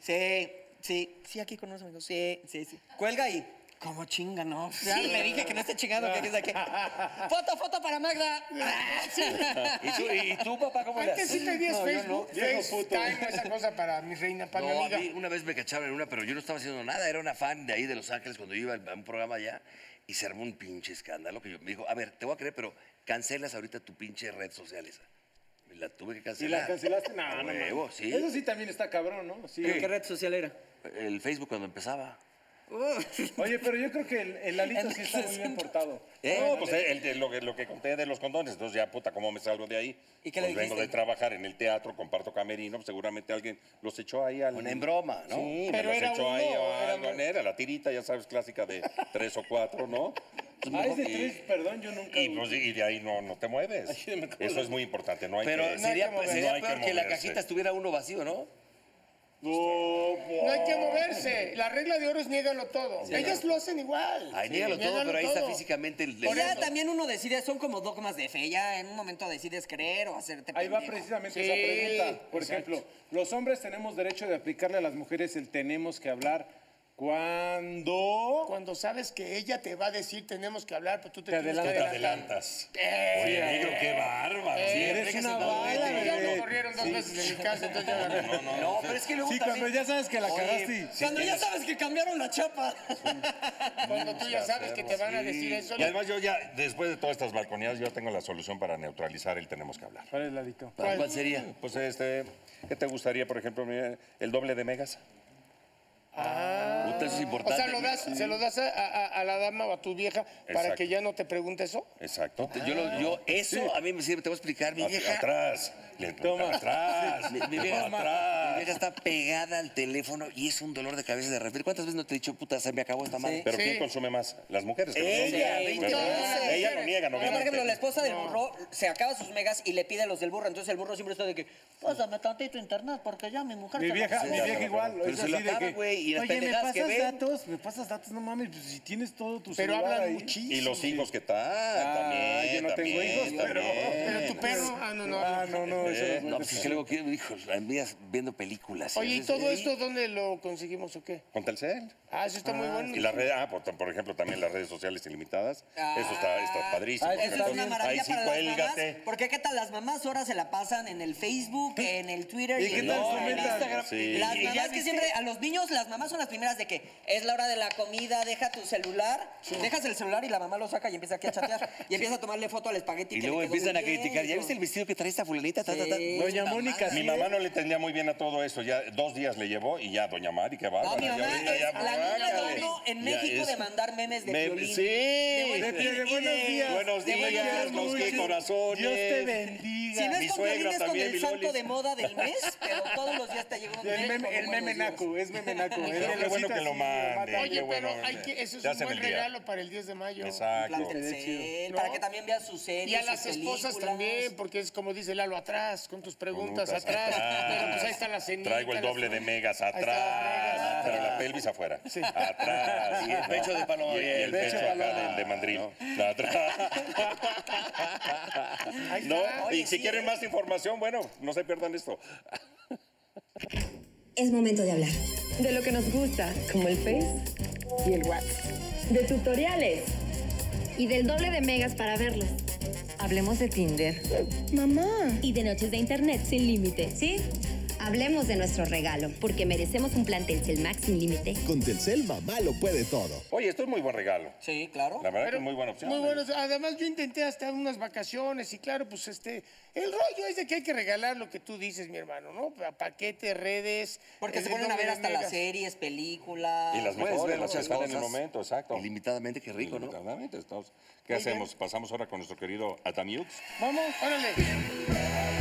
S5: Sí, sí, sí, aquí con unos amigos. Sí, sí, sí. Cuelga y. Como chinga, no? Ya le dije que no esté chingando, que dice que. Foto, foto para Magda.
S6: ¿Y tú, y tú, papá, cómo le
S3: Antes
S6: haces?
S3: sí pedías
S1: No, yo
S3: Facebook,
S1: no. Viejo puto.
S3: FaceTime, esa cosa para mi reina, para mi
S6: No, a
S3: amiga.
S6: mí una vez me cacharon en una, pero yo no estaba haciendo nada. Era una fan de ahí de Los Ángeles cuando yo iba al- a un programa allá y se armó un pinche escándalo que yo me dijo, a ver, te voy a creer, pero cancelas ahorita tu pinche red social esa. Y la tuve que
S1: ¿Y
S6: cancelar.
S1: la cancelaste? No,
S6: A
S1: no, mames.
S6: huevo, sí.
S1: Eso sí también está cabrón, ¿no? Sí.
S5: ¿Qué red social era?
S6: El Facebook cuando empezaba.
S1: Oye, pero yo creo que el, el Lalito sí está muy bien portado.
S2: No, pues el- el- lo, que, lo que conté de los condones, entonces ya puta, ¿cómo me salgo de ahí?
S5: ¿Y qué le
S2: pues vengo
S5: dijiste?
S2: de trabajar en el teatro, comparto camerino, pues seguramente alguien los echó ahí al...
S6: Una en broma, ¿no?
S2: Sí,
S3: Pero
S2: me
S3: era
S2: los echó
S3: uno,
S2: ahí
S3: o
S2: a
S3: era
S2: algo,
S3: más.
S2: era la tirita, ya sabes, clásica de tres o cuatro, ¿no? Pues
S1: Ah,
S2: mejor-
S1: es de
S2: y-
S1: tres, perdón, yo nunca...
S2: Y, pues, y de ahí no, no te mueves.
S1: Ay, me acuerdo.
S2: Eso es muy importante, no hay
S6: Pero
S2: que...
S6: sería,
S2: no hay
S6: sería
S2: que
S6: peor que, la
S2: moverse.
S6: cajita estuviera uno vacío, ¿no?
S1: No,
S3: No hay que moverse. La regla de oro es niégalo todo. Ellas lo hacen igual.
S6: Ahí
S3: Sí,
S6: niégalo todo, pero ahí está
S3: todo.
S6: físicamente el...
S5: Por
S6: el-
S5: ya también uno decide, son como dogmas de fe. Ya en un momento decides creer o hacerte
S1: Ahí va
S5: pendejo.
S1: precisamente
S3: Sí,
S1: esa pregunta. Por ejemplo, los hombres tenemos derecho de aplicarle a las mujeres el tenemos que hablar Cuando.
S3: Cuando sabes que ella te va a decir tenemos que hablar, pero tú te,
S1: Te
S3: tienes que
S2: Te
S1: adelantas.
S3: adelantar.
S2: adelantas. Oye, Emilio, qué bárbaro.
S3: Eh,
S2: Sí,
S1: eres
S2: déjese
S1: una
S2: todo
S1: bala,
S2: este.
S3: Ya
S1: bebé.
S3: me corrieron dos
S1: Sí.
S3: veces de mi casa, entonces ya la-
S2: No, no,
S5: No, pero es que luego
S1: Sí,
S5: también...
S1: cuando ya sabes que la
S5: Oye,
S1: cagaste.
S5: cuando ya sabes que cambiaron la chapa.
S3: Cuando tú ya sabes que te van a decir eso,
S2: Y además yo ya, después de todas estas balconeadas, yo tengo la solución para neutralizar el tenemos que hablar.
S1: ¿Cuál es ladito?
S6: ¿Cuál, cuál sería?
S2: Pues este, ¿qué te gustaría, por ejemplo, mira, el doble de megas?
S6: Puta, eso es
S3: o
S6: importante.
S3: sea, lo das, se lo das a, a- a la dama o a tu vieja para
S2: Exacto.
S3: que ya no te pregunte eso.
S2: Exacto.
S6: Yo, lo- yo- eso a mí me sirve, te voy a explicar, Ah, mi
S2: Hacia
S6: vieja.
S2: atrás. Le
S1: Toma.
S2: Atrás.
S6: Mi, mi
S2: para
S6: vieja, mi
S2: atrás.
S6: vieja está pegada al teléfono y es un dolor de cabeza de refiero. ¿Cuántas veces no te he dicho, puta, se me acabó esta madre?
S2: Pero
S3: Sí.
S2: ¿quién consume más? Las mujeres. que lo
S6: Ella,
S2: consumen,
S6: veinte
S2: ¿verdad?
S6: veces.
S2: Ella lo niega,
S5: Pero, por ejemplo, la
S2: obviamente.
S5: esposa del burro se acaba sus megas y le pide los del burro. Entonces el burro siempre está de que, pásame tantito internet porque ya mi mujer...
S1: Mi
S5: se lo-
S1: vieja,
S6: Sí,
S1: mi
S6: ya
S1: vieja
S6: me
S1: igual.
S6: acabo. Pero
S1: es
S6: se lo
S1: así de
S6: acaba,
S1: que,
S6: güey, y las
S1: Oye, ¿me
S6: pendejadas
S1: pasas
S6: que ven".
S1: datos? ¿Me pasas datos? No mames, pues, si tienes todo tu
S3: Pero
S1: celular
S3: hablan
S1: ahí.
S3: muchísimo.
S2: Y los hijos que tal. también.
S1: yo no tengo
S2: también,
S1: hijos, pero-
S2: también.
S3: Pero tu perro, ah, no, no.
S1: Ah, no, no, eso
S6: Eh,
S1: no
S6: no,
S1: cuenta.
S6: pues es que luego, ¿qué? hijo, las mías viendo películas.
S3: Oye, ¿y
S6: veces-
S3: todo
S6: Sí.
S3: esto dónde lo conseguimos o qué?
S2: Con Telcel.
S3: Ah, eso está muy bueno.
S2: Y las redes, ah, por, por ejemplo, también las redes sociales ilimitadas. Eso está, está padrísimo.
S1: Ah,
S5: Eso es una maravilla
S2: Ahí sí,
S5: para las mamás.
S2: cuélgate.
S5: Porque qué tal las mamás ahora se la pasan en el Facebook, en el Twitter
S1: ¿Y
S5: y,
S1: qué
S5: en
S1: tal
S5: el
S1: fomentan?
S5: Instagram.
S2: Sí.
S5: Las
S2: Y ya
S5: mamás que
S1: viste-
S5: siempre a los niños las mamás son las primeras de que es la hora de la comida, deja tu celular, dejas el celular y la mamá lo saca y empieza aquí a
S2: (laughs)
S5: chatear y empieza a tomarle foto al espagueti.
S6: Y
S5: que
S6: luego
S5: le quedó
S6: empiezan a
S5: muy bien,
S6: criticar. ¿Ya
S5: hijo".
S6: viste el vestido que trae esta fulanita? Ta, ta, ta.
S5: Sí.
S1: Doña
S6: Puta
S1: Mónica,
S6: madre.
S2: Mi mamá no le entendía muy bien a todo eso. Ya dos días le llevó y ya, doña Mari, qué bárbara.
S5: No, mi
S2: Ah, ya
S5: mamá
S2: ahorita
S5: es
S2: ya,
S5: la número
S2: guácale.
S5: uno en
S2: Ya
S5: México
S2: es-
S5: de mandar memes de
S2: Me-
S5: violín.
S2: Sí.
S5: De
S1: De- de buenos días.
S2: Buenos
S5: de buenos
S2: días,
S5: días,
S2: los que
S5: Luis.
S2: corazones.
S1: Dios te bendiga.
S5: Si no
S2: Mi
S5: es con
S2: suegra
S5: violín, es con
S2: también,
S5: el
S2: mi
S5: santo
S2: Lolis.
S5: de moda del mes, pero todos los días te llega un
S1: El
S5: meme
S1: meme,
S5: como
S1: el
S5: buenos
S1: meme
S5: días.
S1: naco, es meme naco.
S2: Pero
S1: Es de
S2: qué
S1: los
S2: bueno que
S1: citas
S2: lo
S1: y mata.
S2: mande.
S1: Oye,
S2: qué
S3: Oye, pero
S2: bueno,
S3: hay
S2: hombre.
S3: que, eso es
S2: Ya
S3: un
S2: se
S3: buen
S2: vendía.
S3: regalo para el 10 de mayo.
S5: Plan
S2: Exacto.
S5: Telcel,
S3: ¿No?
S5: para que también veas sus series.
S3: Y a
S5: sus
S3: las esposas
S5: películas.
S3: también, porque es como dice Lalo, atrás, con tus preguntas,
S2: Preguntas
S3: atrás.
S2: atrás.
S3: Pero pues ahí está la cenita.
S2: Traigo el
S3: las-
S2: doble de megas
S3: está las
S2: atrás,
S3: megas.
S2: pero la pelvis afuera. Atrás.
S6: Y el pecho de paloma.
S2: Y el pecho
S1: de
S2: acá
S1: paloma.
S2: del de mandril. No, atrás.
S3: Ahí
S2: No,
S3: está. eh.
S2: y si quieren más información, bueno, no se pierdan esto.
S7: Es momento de hablar.
S8: De lo que nos gusta, como el Face y el WhatsApp. De tutoriales.
S7: Y del doble de megas para verlos.
S8: Hablemos de Tinder.
S7: Y de noches de internet sin límite. ¿Sí? Hablemos de nuestro regalo, porque merecemos un plan Telcel Max sin límite.
S9: Con Telcel mamá lo puede todo.
S2: Oye, esto es muy buen regalo.
S5: Sí, claro.
S2: La verdad que
S3: Pero
S2: es muy buena opción. ¿eh?
S3: Muy buenos. Además, yo intenté hasta unas vacaciones y claro, pues este, el rollo es de que hay que regalar lo que tú dices, mi hermano, ¿no? Pa- Paquetes, redes.
S5: Porque
S3: el
S5: se ponen a ver
S3: doble de
S5: hasta las
S3: megas.
S5: series, películas.
S2: Y las
S6: Puedes
S2: mejores,
S6: ver
S2: las que
S6: muchas
S2: están en el
S6: cosas.
S2: momento, exacto.
S6: Ilimitadamente, qué rico, ¿no?
S2: Verdaderamente, estamos- ¿Qué hacemos? ¿Pasamos ahora con nuestro querido Atamiux?
S5: (laughs)
S3: Vamos, órale.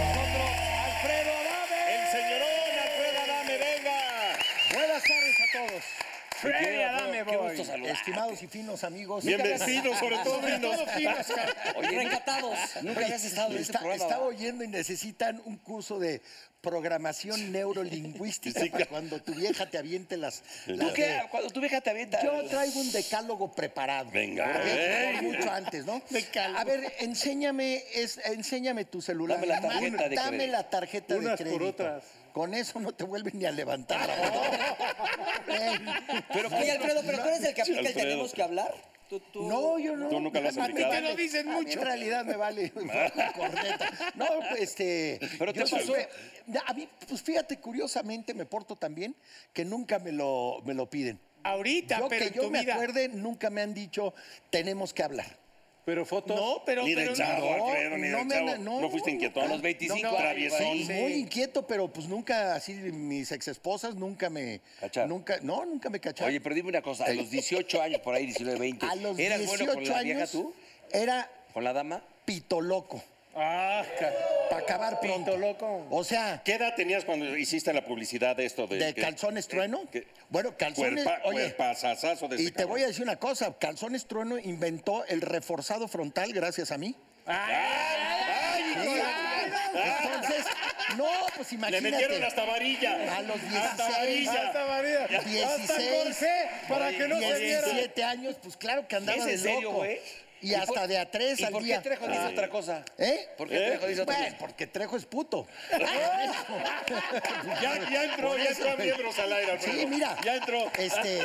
S1: Alfredo Adame.
S2: ¡El señorón Alfredo Adame, venga!
S1: Buenas tardes a todos. Freddy Adame,
S6: Qué
S1: boy.
S6: gusto saludarte.
S9: Estimados y finos amigos.
S2: Bienvenidos, sobre todo, bienvenidos.
S3: Todo finos, cabrón.
S5: Oye, recatados.
S6: Nunca habías estado en este
S9: Está-
S6: programa.
S9: estaba
S6: ¿verdad?
S9: oyendo y necesitan un curso de programación neurolingüística para cuando tu vieja te aviente las...
S6: ¿Tú
S9: las
S6: qué?
S9: de-
S6: Cuando tu vieja te avienta.
S9: Yo traigo un decálogo preparado.
S2: Venga.
S9: Porque
S2: Venga.
S9: tengo mucho antes, ¿no?
S3: Decálogo.
S9: A ver, enséñame, es- enséñame tu celular.
S6: Dame la tarjeta de
S9: Dame
S6: crédito.
S9: la tarjeta de
S1: Unas por
S9: crédito.
S1: otras.
S9: Con eso no te vuelven ni a
S6: (laughs)
S9: levantar la mano. Ey,
S6: Pero
S5: Oye, Alfredo, pero tú eres el que aplica el
S2: Alfredo.
S5: tenemos que hablar. Tú, tú.
S9: No, yo no.
S2: Tú nunca lo has
S9: A mí
S2: aplicado.
S9: me-
S3: Te lo dicen
S9: a mí
S3: mucho.
S9: En realidad me vale corneta. No, pues, este.
S6: Pero
S9: yo
S6: te pasó.
S9: siempre- A mí, pues fíjate, curiosamente me porto tan bien que nunca me lo, me lo piden.
S3: Ahorita,
S9: Yo
S3: pero
S9: que
S3: en
S9: yo
S3: tu
S9: me
S3: vida.
S9: acuerde, nunca me han dicho tenemos que hablar.
S1: Pero fotos.
S3: Ah, No, pero,
S2: Ni
S3: pero
S2: de chavo,
S9: no,
S2: Alfredo, ni
S9: no
S2: de
S9: me
S2: chavo.
S9: han- no.
S2: No fuiste inquieto. A los
S6: 25,
S2: traviesón.
S9: Sí, Muy inquieto, pero pues nunca, así mis exesposas nunca me.
S6: Cacharon.
S9: Nunca, no, nunca me cacharon.
S6: Oye, pero dime una cosa. A los 18 años, por ahí 19, 20.
S9: a los
S6: ¿Eras
S9: 18
S6: bueno con la
S9: años
S6: vieja tú?
S9: era
S6: ¿Con la dama?
S9: pito loco.
S1: Ah, ca-
S9: Para acabar pronto.
S1: Pito loco.
S9: O sea,
S2: ¿Qué edad tenías cuando hiciste la publicidad de esto? De,
S9: ¿De
S2: que-
S9: calzones trueno?
S2: que-
S9: Bueno, calzones.
S2: Cuerpa,
S9: oye,
S2: cuerpazazazo de
S9: y
S2: ese
S9: te voy a
S2: cabrón.
S9: decir una cosa: calzones trueno inventó el reforzado frontal gracias a mí.
S2: ¡Ay,
S9: Entonces, no, pues
S2: Le
S9: imagínate.
S2: metieron hasta varilla.
S9: A los
S2: Hasta
S9: 16,
S2: varilla.
S1: Hasta María. Hasta
S9: 16,
S1: Corsé, para que no se viera.
S9: 17 años, pues claro que andaba
S6: ¿Es
S9: de
S6: en serio,
S9: loco.
S6: güey?
S9: Y hasta
S6: por-
S9: de a tres
S6: ¿Y
S9: al
S6: por qué
S9: día.
S6: Trejo dice otra cosa?
S9: ¿Eh?
S6: ¿Por qué Trejo dice otra
S9: Bueno,
S6: cosa?
S9: porque Trejo es
S6: (laughs)
S9: puto.
S2: Ya, ya entró,
S9: Por
S2: ya
S9: eso,
S2: entró a
S9: güey.
S2: miembros al aire, Alfredo.
S9: Sí, mira.
S2: Ya entró.
S9: Este,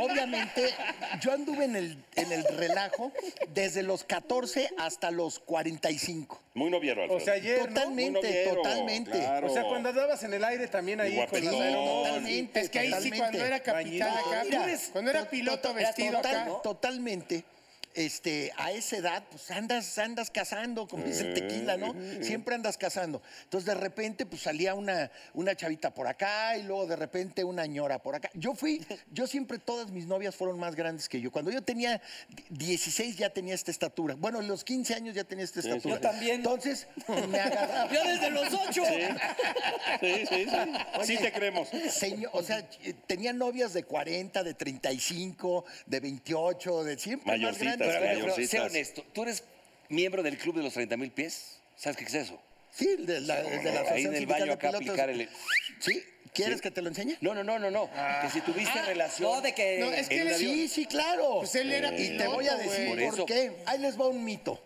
S9: obviamente, yo anduve en el, en el relajo desde los 14 hasta los 45.
S2: Muy noviero, Alfredo.
S1: O sea, ayer, ¿no?
S9: totalmente,
S2: Muy noviero,
S9: totalmente.
S2: claro.
S1: O sea, cuando andabas en el aire también ahí con
S2: guapetón.
S1: las
S9: Sí,
S1: aeronaves.
S9: totalmente.
S3: Es que ahí sí,
S9: totalmente.
S3: cuando era capitán
S1: Bañito,
S3: acá,
S9: Mira,
S3: cuando era
S9: to-
S3: piloto
S9: to-
S3: vestido
S9: total-
S3: acá,
S9: Totalmente. Este, a esa edad, pues andas, andas cazando, como dice el tequila, ¿no? Siempre andas cazando. Entonces, de repente, pues salía una, una chavita por acá y luego de repente una ñora por acá. Yo fui, yo siempre, todas mis novias fueron más grandes que yo. Cuando yo tenía 16 ya tenía esta estatura. Bueno, en los 15 años ya tenía esta estatura.
S5: Yo también.
S9: Entonces, me agarraba.
S5: Yo desde los ocho.
S2: Sí, sí, sí. Sí
S9: Oye.
S2: te creemos.
S9: Señor, o sea, eh, tenía novias de 40, de 35, de 28, de siempre
S2: Mayorcitas,
S9: más
S6: Pero a
S9: grandes.
S6: ver, pero
S2: mayorcitas.
S6: sé honesto, ¿tú eres miembro del club de los 30 mil pies? ¿Sabes qué es eso?
S9: Sí, de la, de la
S6: Ahí
S9: Asociación
S6: en el
S9: Sindical
S6: baño
S9: de
S6: acá
S9: Pilotos.
S6: aplicar el...
S9: ¿Sí? ¿Quieres
S6: Sí.
S9: que te lo enseñe?
S6: No, no, no, no, no. Que si tuviste
S5: Ah,
S6: relación...
S5: No, de que.
S3: No, es que
S6: en un
S3: él-
S9: Sí, sí, claro.
S3: pues él era
S9: Y te voy a
S3: piloto,
S9: decir
S6: Por
S9: por,
S6: eso.
S9: qué. Ahí les va un mito.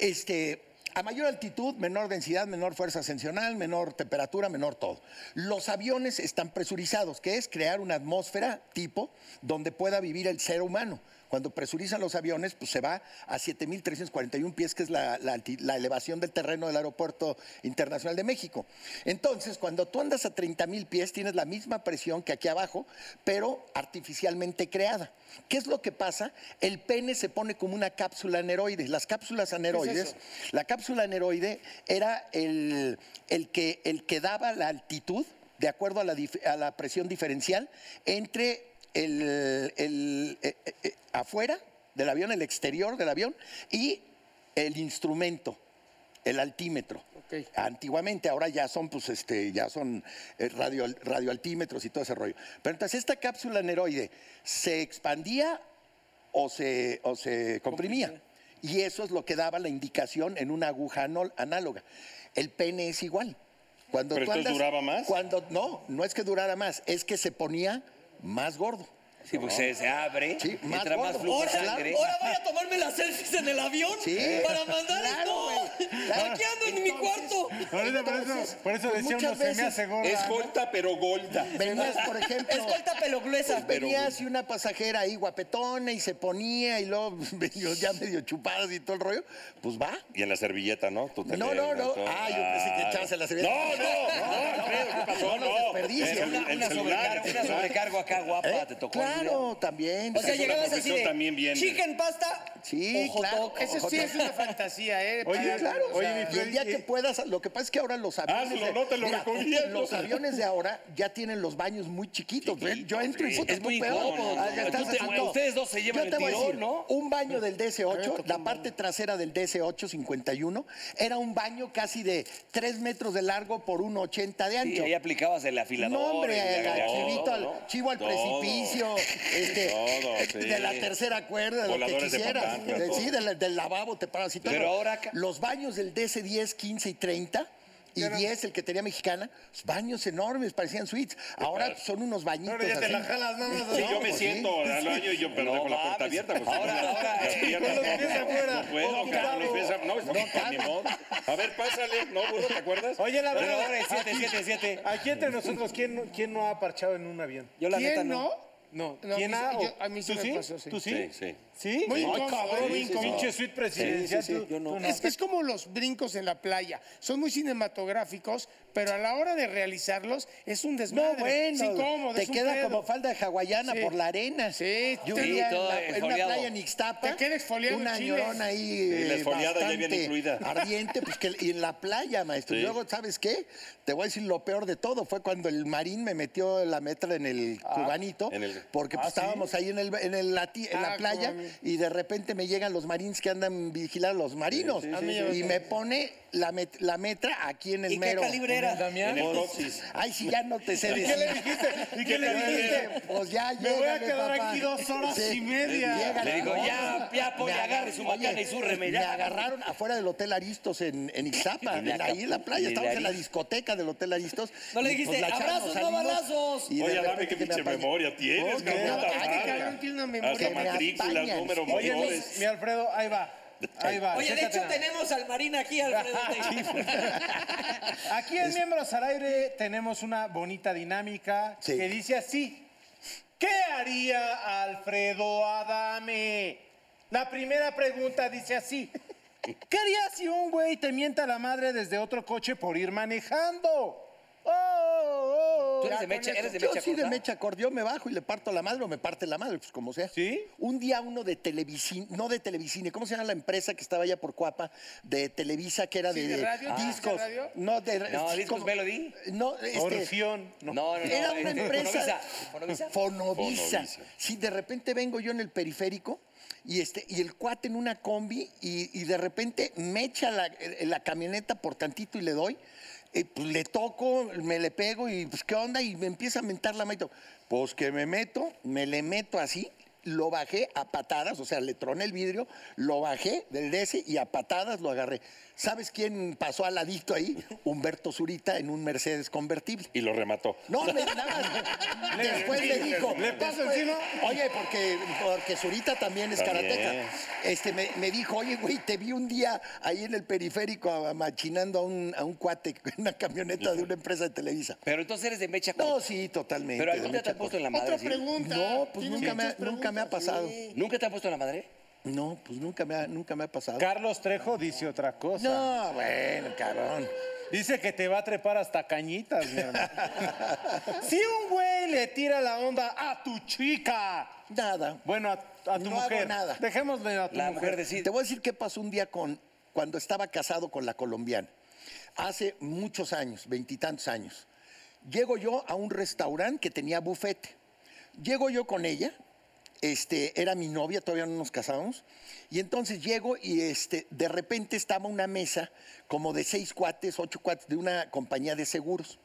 S9: Este, a mayor altitud, menor densidad, menor fuerza ascensional, menor temperatura, menor todo. Los aviones están presurizados, que es crear una atmósfera tipo donde pueda vivir el ser humano. Cuando presurizan los aviones, pues se va a 7.341 pies, que es la, la alti- la elevación del terreno del Aeropuerto Internacional de México. Entonces, cuando tú andas a 30.000 pies, tienes la misma presión que aquí abajo, pero artificialmente creada. ¿Qué es lo que pasa? El pene se pone como una cápsula aneroide. Las cápsulas aneroides, la cápsula aneroide era el, el que, el que daba la altitud de acuerdo a la, dif- a la presión diferencial entre el, el- eh, eh, eh, afuera del avión, el exterior del avión y el instrumento. El altímetro. Antiguamente, ahora ya son, pues, este, ya son eh, radio- radioaltímetros y todo ese rollo. Pero entonces esta cápsula aneroide se expandía o se, o se comprimía. Y eso es lo que daba la indicación en una aguja anol- análoga. El pene es igual. Cuando
S2: ¿Pero
S9: tú
S2: entonces
S9: andas-
S2: duraba más?
S9: Cuando, no, no es que durara más, es que se ponía más gordo.
S6: Sí, pues se, se abre,
S9: Sí, más
S6: entra más
S9: gordo.
S6: flujo de
S9: Ahora-
S6: sangre.
S5: Ahora voy a tomarme las selfies en el avión
S9: Sí.
S5: para mandar
S9: Claro,
S5: esto.
S9: güey, claro.
S5: Aquí ando en mi cuarto.
S1: Ahorita por eso, por eso
S9: pues,
S1: decía uno,
S9: muchas
S1: se me
S9: veces
S1: hace gorda.
S2: Es golda, pero golda.
S9: Venías, por ejemplo...
S5: Escolta pelogluesa.
S9: Venías y una pasajera ahí guapetona y se ponía y luego (laughs) medio- ya medio chupadas y todo el rollo, pues va.
S2: Y en la servilleta, ¿no? Tú te
S9: No,
S2: lees,
S9: no, no.
S2: todo.
S9: Ah, yo pensé que echabas en la servilleta.
S2: No, no,
S9: (laughs)
S2: no, Alfredo, ¿qué pasó?
S9: No, no
S2: No,
S9: desperdicies.
S2: El-
S6: Una,
S2: el celular,
S6: una sobrecarga,
S2: el
S6: una
S2: celular.
S6: sobrecargo acá guapa,
S9: ¿Eh?
S6: te tocó.
S9: Claro, también. pues
S5: O sea,
S2: Es una
S5: llegabas así
S2: profesión
S5: de
S2: también bien-
S5: chicken pasta.
S9: Sí,
S5: o hot
S9: claro.
S5: dog.
S3: eso sí es una fantasía, ¿eh?
S1: Oye,
S3: Para-
S9: Claro,
S1: Oye,
S9: o sea,
S1: mi
S9: y el día
S1: Freddy,
S9: que
S1: eh,
S9: puedas, lo que pasa es que ahora los aviones.
S2: Hazlo,
S9: de-
S2: no te lo recomiendo.
S9: Los aviones de ahora ya tienen los baños muy chiquitos. ¿ven? yo entro y
S6: sí.
S9: puta,
S6: Es muy
S9: tú peor.
S6: incómodo,
S9: Ah,
S6: no,
S9: ya
S6: no,
S9: estás
S6: tú te-
S9: así,
S6: bueno, ustedes dos se llevan
S9: Yo te
S6: el
S9: voy a
S6: tirón,
S9: decir,
S6: ¿no?
S9: Un baño del DC-8, la parte trasera del DC-8-51, era un baño casi de 3 metros de largo por 1,80 de
S6: Y
S9: ancho.
S6: ahí aplicabas el afilador.
S9: No, hombre,
S6: y la-
S9: al
S6: todo,
S9: chivito, al,
S6: ¿no?
S9: chivo al
S2: Todo. (laughs)
S9: precipicio, este,
S2: Todo, sí.
S9: de la tercera cuerda, de lo que
S2: Voladores de
S9: quisieras.
S2: papantla,
S9: De-
S2: todo.
S9: sí, del, del lavabo te paras y todo.
S6: Pero ahora acá-
S9: Los baños del DC 10, 15 y 30. Y 10, el que tenía mexicana, baños enormes, parecían suites. Ahora
S2: padre.
S9: son unos bañitos.
S1: Ahora ya te
S9: así.
S1: la jalas nada más.
S2: Sí,
S1: ¿no?
S2: yo me
S9: pues,
S2: siento al baño y yo perdí
S6: No
S2: con la puerta
S6: mames.
S2: abierta. Pues,
S6: Ahora,
S2: las
S6: ahora.
S2: piernas,
S1: Con los pies
S2: no,
S1: afuera.
S2: No puedo,
S1: Oh,
S2: cabrón, los pies
S1: claro.
S2: afuera. No, está bien, ni modo. A ver, pásale. No, burro, ¿te acuerdas?
S1: Oye, la
S6: Pero
S1: verdad.
S6: ahora es siete,
S1: aquí-
S6: siete, (laughs) siete.
S1: Aquí entre nosotros, ¿quién, no- quién no ha parchado en un avión?
S5: Yo la neta
S3: ¿Quién
S5: no.
S3: no?
S1: No,
S3: No,
S1: ¿quién
S3: a mí
S1: ha?
S3: sí-
S1: o-
S3: yo- a mí sí
S1: ¿Tú
S3: me
S1: sí?
S3: pasó, sí.
S1: ¿Tú sí?
S2: Sí, sí.
S1: ¿Sí?
S3: Muy
S1: Ay,
S3: incómodo,
S1: cabrón,
S3: muy incómodo.
S1: Pinche suite presidencial.
S5: Sí, sí, sí,
S1: tú-
S5: yo no.
S1: tú
S3: Es que es como los brincos en la playa. Son muy cinematográficos, pero a la hora de realizarlos es un desmadre.
S9: No, bueno.
S3: Es incómodo,
S9: te
S3: es un
S9: queda
S3: pedo.
S9: como falda hawaiana
S3: Sí.
S9: por la arena.
S3: Sí,
S9: Yo
S3: te-
S9: un día
S6: Sí,
S9: en,
S6: todo
S9: la- en una
S6: esfoliado.
S9: playa en Ixtapa.
S3: Te queda esfoliado
S9: Una
S3: en chiles.
S9: ñorona ahí.
S2: la
S9: eh,
S2: esfoliada ya viene
S9: bastante
S2: incluida.
S9: Ardiente, pues que y en la playa, maestro.
S2: Sí.
S9: Y Luego, ¿sabes qué? Te voy a decir lo peor de todo. Fue cuando el marín me metió la metra en el
S3: Ah,
S9: cubanito.
S2: en el-
S9: Porque pues,
S1: Ah, ¿sí?
S9: estábamos ahí en, el, en, el lati- en
S3: Ah,
S9: la playa
S3: cómo.
S9: y de repente me llegan los marines que andan vigilando los marinos.
S3: sí, sí,
S9: y
S3: sí.
S9: me pone la, met- la metra aquí en el
S5: ¿Y qué
S9: mero.
S5: calibre era?
S2: En el coxis.
S9: Ay, sí, ya no te sé
S1: ¿Y qué
S9: decir. (laughs)
S1: le dijiste? ¿Y qué ¿Qué le dije?
S9: Pues ya
S1: Me voy a
S9: llégale,
S1: quedar
S9: papá.
S1: aquí dos horas y media.
S9: Llégale,
S6: Le digo,
S9: no.
S6: ya, ya, Poli,
S9: Me
S6: agarre
S9: agar-
S6: su macana y
S9: Oye,
S6: súrreme,
S9: Me
S6: ya.
S9: agarraron afuera del Hotel Aristos en, en
S6: (laughs)
S9: Ixtapa,
S6: En
S9: en- ahí en la playa.
S6: Acapulco.
S9: Estábamos en la
S6: Aristos.
S9: discoteca del Hotel Aristos.
S5: No le
S9: y, pues,
S5: dijiste,
S9: la echamos,
S5: "Abrazos, no
S9: salimos,
S5: balazos".
S9: y de
S2: Oye, dame
S9: repente
S2: qué
S9: que me
S2: pinche
S9: apañe.
S2: memoria tienes,
S9: Oye,
S2: cabrón,
S9: ay,
S2: tan
S9: cabrón,
S2: mal.
S3: tiene una memoria.
S2: Hasta
S9: Que me
S2: matrículas,
S9: apañan.
S2: número,
S1: Oye, mi,
S2: motores.
S1: mi Alfredo, ahí va. Ahí va.
S5: Oye, de
S1: chécate
S5: hecho
S1: la-
S5: tenemos al marín
S9: (laughs)
S5: aquí, Alfredo.
S1: (laughs) Aquí en Miembros al Aire tenemos una bonita dinámica
S9: Sí.
S1: que dice así. ¿Qué haría Alfredo Adame? La primera pregunta dice así. ¿Qué harías si un güey te mienta la madre desde otro coche por ir manejando? Oh, oh, oh.
S6: Tú eres
S1: Ya
S6: de
S1: con
S6: mecha,
S1: eso-
S6: eres de
S9: Yo
S6: mecha
S9: sí de
S6: corta.
S9: mecha corta, yo me bajo y le parto la madre o me parte la madre, pues como sea.
S1: ¿Sí?
S9: Un día uno de Televisine, no de Televisine, ¿cómo se llama la empresa que estaba allá por Cuapa? De Televisa, que era
S3: Sí,
S9: de,
S3: de radio, ¿de
S9: discos.
S3: radio?
S9: No, de
S6: No,
S9: es
S6: Discos
S9: como-
S6: Melody.
S9: No, este,
S1: Orfeón.
S6: No, no, no.
S9: Era una
S6: eh,
S9: empresa.
S6: Fonovisa, Fonovisa.
S9: Fonovisa.
S2: Fonovisa.
S9: Sí, de repente vengo yo en el periférico y, este, y el cuate en una combi y, y de repente me echa la, eh, la camioneta por tantito y le doy. eh, pues, le toco, me le pego y pues qué onda y me empieza a mentar la mano. Pues que me meto, me le meto así, lo bajé a patadas, o sea, le troné el vidrio, lo bajé del DS y a patadas lo agarré. ¿Sabes quién pasó al ladito ahí? Humberto Zurita en un Mercedes convertible.
S2: Y lo remató.
S9: No, me, nada más. Después le dijo.
S1: ¿Le paso
S9: después-
S1: encima?
S9: Oye, porque, porque Zurita también es
S2: También.
S9: karateca. Este, me, me dijo, oye, güey, te vi un día ahí en el periférico a- machinando a un, a un cuate (laughs) en una camioneta de una empresa de Televisa.
S6: Pero entonces eres de mecha corta.
S9: No, sí, totalmente.
S6: Pero
S9: de
S6: algún día te
S9: mucha
S6: han puesto en la madre.
S3: Otra
S6: ¿sí?
S3: pregunta.
S9: No, pues
S3: Tiene
S9: nunca me, ha-
S3: muchas
S9: nunca me ha
S3: preguntas,
S9: pasado.
S3: sí.
S6: ¿Nunca te han puesto en la madre?
S9: No, pues nunca me ha, nunca me ha pasado.
S1: Carlos Trejo dice otra cosa.
S9: No, bueno, cabrón. (laughs)
S1: Dice que te va a trepar hasta cañitas, mi hermano.
S9: (laughs)
S1: si un güey le tira la onda a tu chica,
S9: Nada.
S1: bueno, a, a tu
S9: No hago
S1: mujer.
S9: nada.
S1: Dejémosle a tu
S6: La
S1: mujer.
S6: mujer decide.
S9: Te voy a decir qué pasó un día con cuando estaba casado con la colombiana. Hace muchos años, veintitantos años. Llego yo a un restaurante que tenía bufete. Llego yo con ella, este, era mi novia, todavía no nos casábamos. Y entonces llego y este, de repente estaba una mesa como de seis cuates, ocho cuates de una compañía de seguros.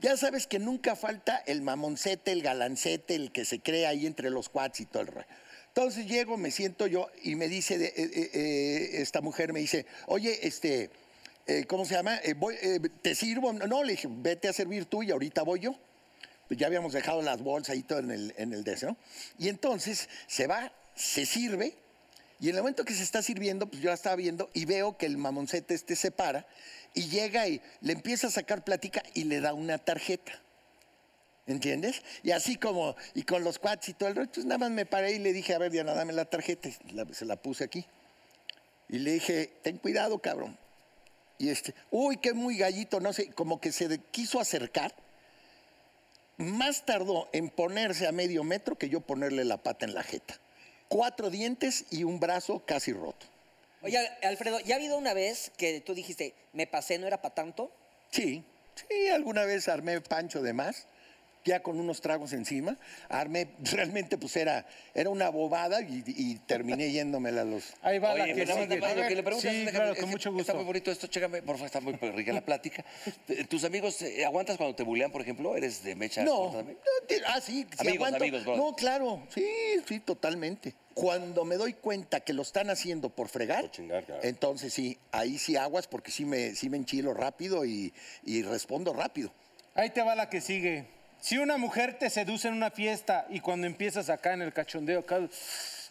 S9: Ya sabes que nunca falta el mamoncete, el galancete, el que se crea ahí entre los cuates y todo el rollo. Entonces llego, me siento yo y me dice, de- eh, eh, eh, esta mujer me dice, oye, este, eh, ¿cómo se llama? Eh, voy, eh, ¿Te sirvo? No, le dije, vete a servir tú y ahorita voy yo. Pues ya habíamos dejado las bolsas y todo en el, en el des, ¿no? Y entonces se va, se sirve, y en el momento que se está sirviendo, pues yo la estaba viendo y veo que el mamoncete este se para y llega y le empieza a sacar plática y le da una tarjeta. ¿Entiendes? Y así como, y con los cuates y todo el rollo, entonces nada más me paré y le dije, a ver, Diana, dame la tarjeta. Y la- se la puse aquí. Y le dije, ten cuidado, cabrón. Y este, uy, qué muy gallito, no sé, como que se de- quiso acercar. Más tardó en ponerse a medio metro que yo ponerle la pata en la jeta. Cuatro dientes y un brazo casi roto.
S5: Oye, Alfredo, ¿ya ha habido una vez que tú dijiste, me pasé, no era para tanto?
S9: Sí, sí, alguna vez armé pancho de más, ya con unos tragos encima. Armé, (laughs) realmente, pues era, era una bobada y, y terminé yéndome a los.
S1: Ahí va la
S6: Oye,
S1: que
S6: pero nada más,
S1: sigue.
S6: nada más lo que le preguntas,
S1: sí,
S6: déjame-
S1: claro,
S6: es
S1: con
S6: que
S1: mucho
S6: Está
S1: gusto.
S6: muy bonito esto, chécame, por favor, está muy rica la plática. Eh, ¿Tus amigos eh, aguantas cuando te bulean, por ejemplo? ¿Eres de mecha
S9: No,
S6: corta
S9: no,
S6: también?
S9: te- ah, sí, sí
S6: Amigos,
S9: aguanto.
S6: amigos, brother.
S9: No, claro, sí, sí, totalmente. Cuando me doy cuenta que lo están haciendo por fregar,
S2: Por chingar, claro.
S9: entonces sí, ahí sí aguas porque sí me, sí me enchilo rápido y, y respondo rápido.
S1: Ahí te va la que sigue. Si una mujer te seduce en una fiesta y cuando empiezas acá en el cachondeo, acá.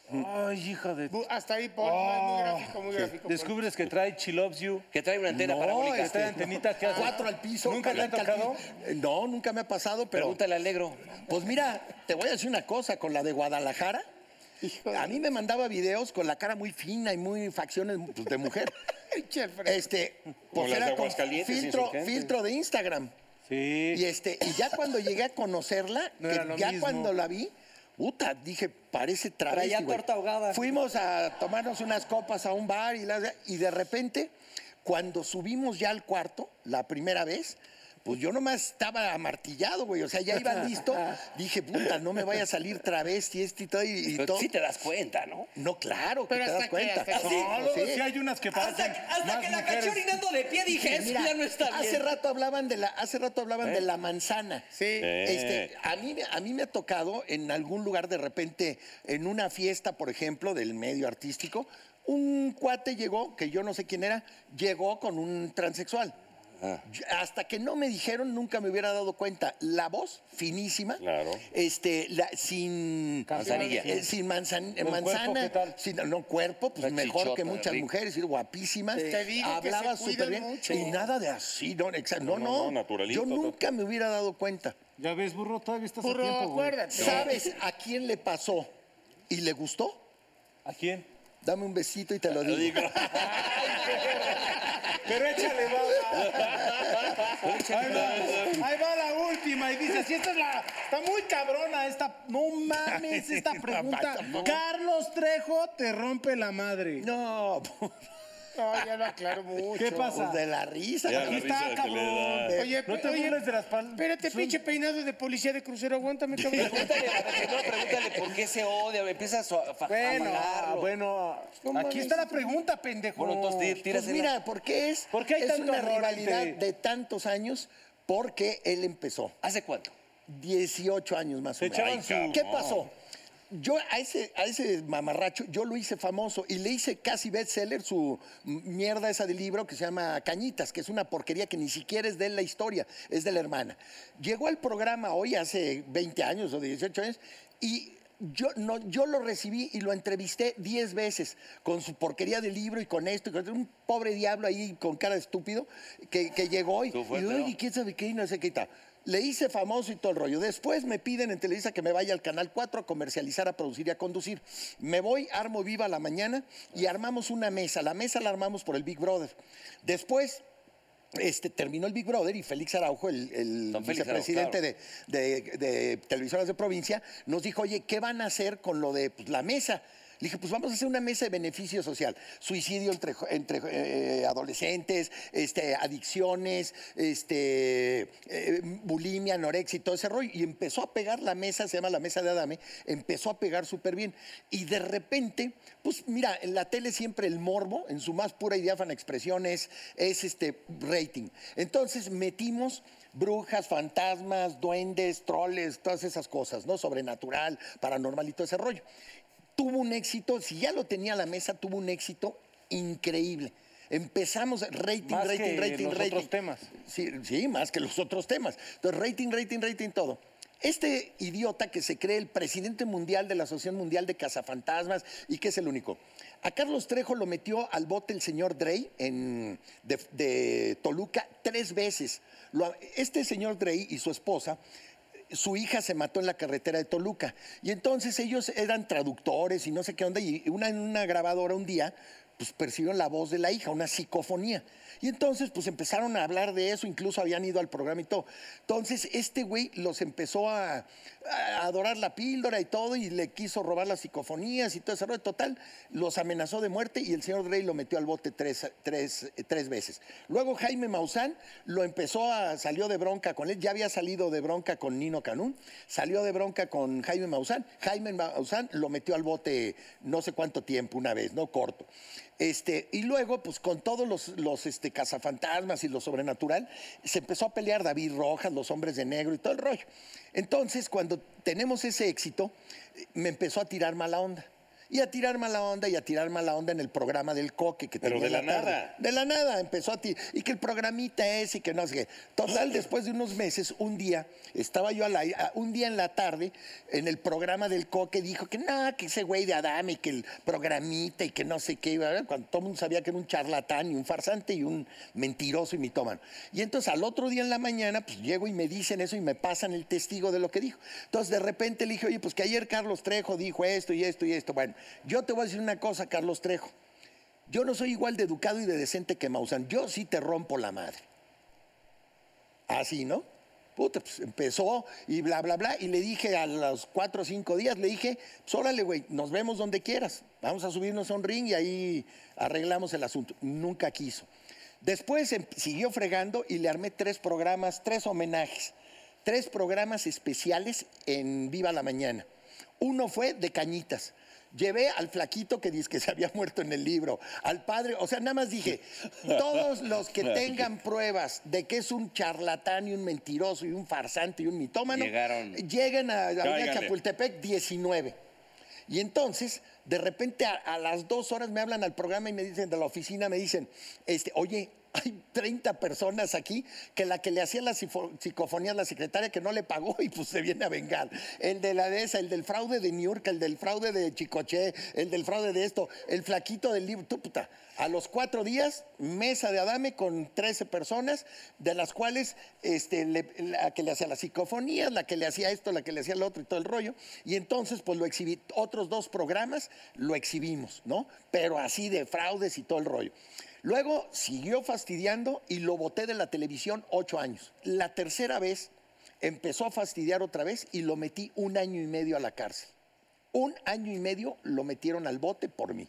S1: Ay, hija de.
S3: Bu- Hasta ahí, Paul. no, es muy
S1: Ah,
S3: gráfico, muy
S1: (laughs)
S3: gráfico. Paul.
S1: Descubres que trae She Loves You.
S6: Que trae una antena
S9: No, este,
S6: parabólica.
S1: Esta antenita que hace.
S9: Cuatro al piso.
S1: ¿Nunca te ha
S9: caliente al
S1: tocado?
S9: piso. Eh, No, nunca me ha pasado, pero.
S6: Pregúntale al negro.
S9: Pues mira, te voy a decir una cosa, con la de Guadalajara, a mí me mandaba videos con la cara muy fina y muy facciones pues, de mujer.
S3: Pinche (laughs) Alfredo.
S9: Este,
S2: Como
S9: pues
S2: las de
S9: era con
S2: Aguascalientes,
S9: filtro,
S2: insurgentes.
S9: filtro de Instagram.
S1: Sí.
S9: Y este, y ya cuando llegué a conocerla,
S1: (laughs) No
S9: que
S1: era lo
S9: ya
S1: mismo.
S9: cuando la vi, puta, dije, parece travesti.
S5: Traía
S9: güey.
S5: torta ahogada.
S9: Fuimos a tomarnos unas copas a un bar y, las- y de repente, cuando subimos ya al cuarto, la primera vez, pues yo nomás estaba amartillado, güey. O sea, ya iba
S1: (laughs)
S9: listo. Dije, puta, no me vaya a salir travesti este y todo. Y, y
S6: Pero
S9: todo.
S6: sí te das cuenta, ¿no?
S9: No, claro, que
S3: Pero
S9: te
S3: hasta
S9: das
S3: que-
S9: cuenta. Ah,
S3: hasta que-
S9: Sí, pues
S1: No, luego
S9: sí.
S1: sí hay unas que
S5: Hasta,
S1: pasan.
S5: hasta
S1: más
S5: que la caché
S1: mujeres.
S5: orinando de pie, dije, eso
S9: Mira,
S5: ya no está bien. ¿Eh?
S9: Hace rato hablaban de la, hace rato hablaban de la manzana.
S3: Sí.
S9: Este, a, mí, me- a mí me ha tocado en algún lugar de repente, en una fiesta, por ejemplo, del medio artístico, un cuate llegó, que yo no sé quién era, llegó con un transexual. Yo- Hasta que no me dijeron, nunca me hubiera dado cuenta. La voz, finísima.
S6: Claro.
S9: Este, la- sin.
S6: Manzanilla.
S9: eh, sin manzan-
S1: cuerpo,
S9: manzana.
S1: ¿qué tal?
S9: sin- no, cuerpo, pues
S6: Una
S9: mejor que
S6: chichota,
S9: muchas
S6: rico.
S9: mujeres, y guapísimas.
S3: Te digo que
S9: Hablaba
S3: se cuidan
S9: súper bien.
S3: mucho.
S9: Y nada de así, no, exa- no,
S2: No,
S9: no.
S2: no, no, naturalito,
S9: Yo
S2: todo.
S9: nunca me hubiera dado cuenta.
S1: Ya ves, burro, todavía estás
S3: Burro,
S1: a tiempo, güey.
S3: acuérdate.
S9: ¿Sabes a quién le pasó y le gustó?
S1: ¿A quién?
S9: Dame un besito y te lo digo.
S1: Pero échale baba. Ahí va, ahí va la última y dice, si esta es la... Está muy cabrona esta... No mames (laughs) esta pregunta. Carlos Trejo te rompe la madre.
S9: No,
S3: No, ya lo aclaro mucho.
S1: ¿Qué pasa?
S9: pues de la risa.
S1: Aquí está, cabrón.
S3: Oye,
S1: no te
S3: oye,
S1: burles de las palmas.
S3: Espérate, pinche peinado de policía de crucero, aguántame, cabrón.
S4: Pregúntale, a ver, primero pregúntale por qué se odia, güey, empieza a su- a fa-
S1: Bueno,
S4: amagarlo.
S1: bueno.
S3: No mames.
S1: Aquí está la pregunta, pendejo.
S4: Bueno, entonces di-
S9: Pues
S4: tírasela.
S9: mira, ¿por qué es?
S1: ¿Por qué hay
S9: es
S1: tanto
S9: una
S1: amor
S9: rivalidad
S1: entre-
S9: de tantos años porque él empezó.
S4: ¿Hace cuánto?
S9: 18 años más o
S1: Se
S9: menos.
S1: echaban Ay, su- cabrón.
S9: ¿Qué pasó? Yo a ese, a ese mamarracho, yo lo hice famoso y le hice casi bestseller su m- mierda esa del libro que se llama Cañitas, que es una porquería que ni siquiera es de él la historia, es de la hermana. Llegó al programa hoy hace 20 años o 18 años y yo, no, yo lo recibí y lo entrevisté 10 veces con su porquería de libro y con esto, y con un pobre diablo ahí con cara de estúpido que, que llegó y,
S6: Tú fuiste,
S9: y, "Oye,
S6: ¿no?
S9: quién sabe qué, y no sé qué y tal. Le hice famoso y todo el rollo. Después me piden en Televisa que me vaya al Canal 4 a comercializar, a producir y a conducir. Me voy, armo viva la mañana y armamos una mesa. La mesa la armamos por el Big Brother. Después este, terminó el Big Brother y Félix Araujo, el, el
S6: Don Félix
S9: vicepresidente
S6: Araujo,
S9: de, de- de Televisoras de Provincia, nos dijo, oye, ¿qué van a hacer con lo de pues, la mesa? Le dije, pues vamos a hacer una mesa de beneficio social. Suicidio entre, jo- entre eh, adolescentes, este, adicciones, este, eh, bulimia, anorexia y todo ese rollo. Y empezó a pegar la mesa, se llama la mesa de Adame, empezó a pegar súper bien. Y de repente, pues mira, en la tele siempre el morbo, en su más pura y diáfana expresión, es, es este rating. Entonces metimos brujas, fantasmas, duendes, troles, todas esas cosas, ¿no? Sobrenatural, paranormal y todo ese rollo. Tuvo un éxito, si ya lo tenía a la mesa, tuvo un éxito increíble. Empezamos rating,
S1: Más
S9: rating,
S1: que
S9: rating,
S1: los
S9: rating.
S1: otros temas.
S9: Sí, sí, más que los otros temas. Entonces, rating, rating, rating, todo. Este idiota que se cree el presidente mundial de la Asociación Mundial de Cazafantasmas y que es el único. A Carlos Trejo lo metió al bote el señor Drey en- de, de Toluca tres veces. Lo- este señor Drey y su esposa su hija se mató en la carretera de Toluca. Y entonces ellos eran traductores y no sé qué onda, y una, en una grabadora un día, pues percibieron la voz de la hija, una psicofonía. Y entonces, pues empezaron a hablar de eso, incluso habían ido al programa y todo. Entonces, este güey los empezó a, a adorar la píldora y todo, y le quiso robar las psicofonías y todo ese rollo. Total, los amenazó de muerte y el señor Drey lo metió al bote tres, tres- tres veces. Luego Jaime Maussan lo empezó a, salió de bronca con él, ya había salido de bronca con Nino Canún, salió de bronca con Jaime Maussan, Jaime Maussan lo metió al bote no sé cuánto tiempo, una vez, no corto. Este, y luego, pues con todos los, los, este, cazafantasmas y lo sobrenatural, se empezó a pelear David Rojas, los hombres de negro y todo el rollo. Entonces, cuando tenemos ese éxito, eh, me empezó a tirar mala onda. Y a tirar mala onda y a tirar mala onda en el programa del coque que
S2: Pero
S9: tenía
S2: de
S9: en
S2: la
S9: tarde.
S2: nada.
S9: De la nada empezó a ti. Y que el programita es y que no sé qué. Total, después de unos meses, un día, estaba yo al aire, a- un día en la tarde, en el programa del Coque, dijo que no, que ese güey de Adame, y que el programita y que no sé qué, iba a ver, cuando todo el mundo sabía que era un charlatán y un farsante y un mentiroso y mitómano. Y entonces al otro día en la mañana, pues llego y me dicen eso y me pasan el testigo de lo que dijo. Entonces de repente le dije, oye, pues que ayer Carlos Trejo dijo esto y esto y esto. Bueno, yo te voy a decir una cosa, Carlos Trejo. Yo no soy igual de educado y de decente que Maussan. Yo sí te rompo la madre. Así, ¿no? Puta, pues empezó y bla, bla, bla. Y le dije a los cuatro o cinco días, le dije, pues órale, güey, nos vemos donde quieras. Vamos a subirnos a un ring y ahí arreglamos el asunto. Nunca quiso. Después em- siguió fregando y le armé tres programas, tres homenajes, tres programas especiales en Viva la Mañana. Uno fue de cañitas. Llevé al flaquito que dice que se había muerto en el libro, al padre, o sea, nada más dije, todos los que tengan pruebas de que es un charlatán y un mentiroso y un farsante y un mitómano,
S6: Llegaron.
S9: lleguen a, Avenida
S2: Cáiganle.
S9: Chapultepec 19. Y entonces, de repente, a, a las dos horas me hablan al programa y me dicen de la oficina, me dicen, este, oye, hay 30 personas aquí que la que le hacía las sifo- psicofonías la secretaria que no le pagó y pues se viene a vengar. El de la de esa, el del fraude de New York, el del fraude de Chicoche, el del fraude de esto, el flaquito del libro. Tú, puta, a los cuatro días, mesa de Adame con 13 personas, de las cuales este, le- la que le hacía las psicofonías, la que le hacía esto, la que le hacía lo otro y todo el rollo. Y entonces, pues lo exhibí, otros dos programas lo exhibimos, ¿no? Pero así de fraudes y todo el rollo. Luego siguió fastidiando y lo boté de la televisión ocho años. La tercera vez empezó a fastidiar otra vez y lo metí un año y medio a la cárcel. Un año y medio lo metieron al bote por mí.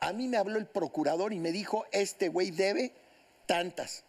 S9: A mí me habló el procurador y me dijo, este güey debe tantas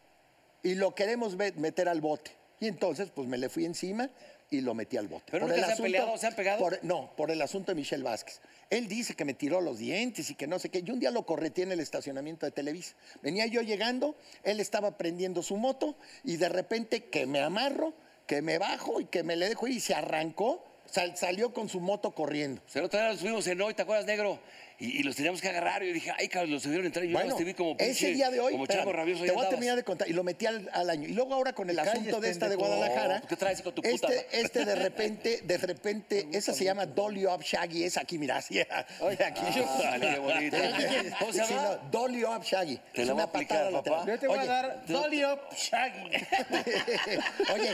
S9: y lo queremos ve- meter al bote. Y entonces, pues me le fui encima y lo metí al bote.
S6: ¿Pero nunca se han peleado, se han pegado?
S9: por- no, por el asunto de Michelle Vázquez. Él dice que me tiró los dientes y que no sé qué. Yo un día lo correteé en el estacionamiento de Televisa. Venía yo llegando, él estaba prendiendo su moto y de repente que me amarro, que me bajo y que me le dejo ir y se arrancó, sal- salió con su moto corriendo.
S6: Se lo trajeron, los subimos en hoy, ¿te acuerdas, negro? Y, y los teníamos que agarrar. Y yo dije, ay, cabrón, los subieron a entrar. Y yo nada más te vi como pinche-
S9: ese día de hoy,
S6: Como chango
S9: espérame,
S6: rabioso.
S9: te voy a terminar de contar. Y lo metí al, al año. Y luego ahora con el asunto este de esta de Guadalajara.
S6: ¿Qué traes con tu puta
S9: este,
S6: madre?
S9: este de repente, de
S6: (laughs)
S9: repente, esa se llama Dolly Up Shaggy. Es aquí, mira, así. (laughs) Oye, aquí.
S6: (laughs) Dale, qué bonito. ¿Cómo
S9: (laughs)
S6: se
S9: Sí,
S6: llama?
S9: no, Dolly Up Shaggy.
S6: Te
S9: es
S6: la voy
S9: una
S6: a aplicar,
S9: patada
S6: papá.
S9: lateral.
S1: Yo te voy
S9: Oye,
S1: a dar Dolly Up Shaggy.
S9: (laughs) Oye,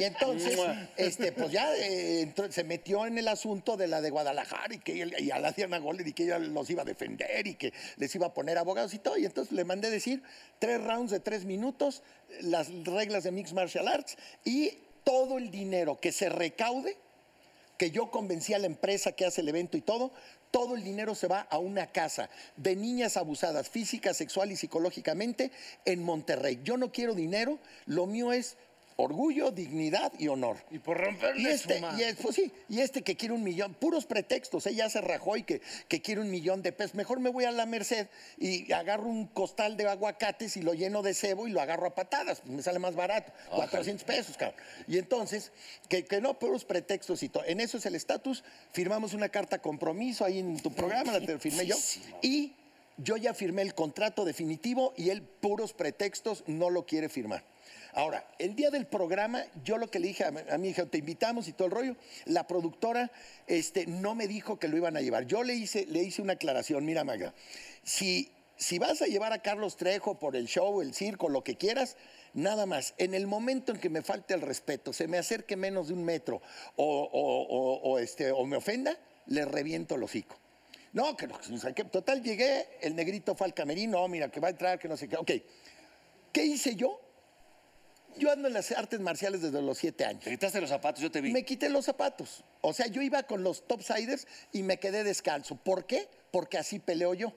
S9: y entonces, este, pues ya eh, entró- se metió en el asunto de la de Guadalajara y que él- y a la Diana Gold y que ella los iba a defender y que les iba a poner abogados y todo. Y entonces le mandé decir tres rounds de tres minutos, las reglas de Mixed Martial Arts y todo el dinero que se recaude, que yo convencí a la empresa que hace el evento y todo, todo el dinero se va a una casa de niñas abusadas física, sexual y psicológicamente en Monterrey. Yo no quiero dinero, lo mío es orgullo, dignidad y honor.
S1: Y por romperle
S9: Y este,
S1: su madre.
S9: y es- pues sí, y este que quiere un millón, puros pretextos, ella ya se rajó y que, que quiere un millón de pesos. Mejor me voy a la Merced y agarro un costal de aguacates y lo lleno de cebo y lo agarro a patadas, pues me sale más barato, 400 pesos, cabrón. Y entonces, que, que no, puros pretextos y todo. En eso es el estatus, firmamos una carta compromiso ahí en tu programa, la te firmé yo, y yo ya firmé el contrato definitivo y él, puros pretextos, no lo quiere firmar. Ahora, el día del programa, yo lo que le dije a, mi- a mi hija, te invitamos y todo el rollo, la productora este, no me dijo que lo iban a llevar. Yo le hice, le hice una aclaración, mira Maga, si, si vas a llevar a Carlos Trejo por el show, el circo, lo que quieras, nada más, en el momento en que me falte el respeto, se me acerque menos de un metro o, o- o- o, este, o me ofenda, le reviento el hocico. No, que no, que no sé qué. Total, llegué, el negrito fue al camerino, "No, mira, que va a entrar, que no sé qué. Ok, ¿qué hice yo? Yo ando en las artes marciales desde los siete años.
S6: Te quitaste los zapatos, yo te vi.
S9: Me quité los zapatos. O sea, yo iba con los topsiders y me quedé descalzo. ¿Por qué? Porque así peleo yo.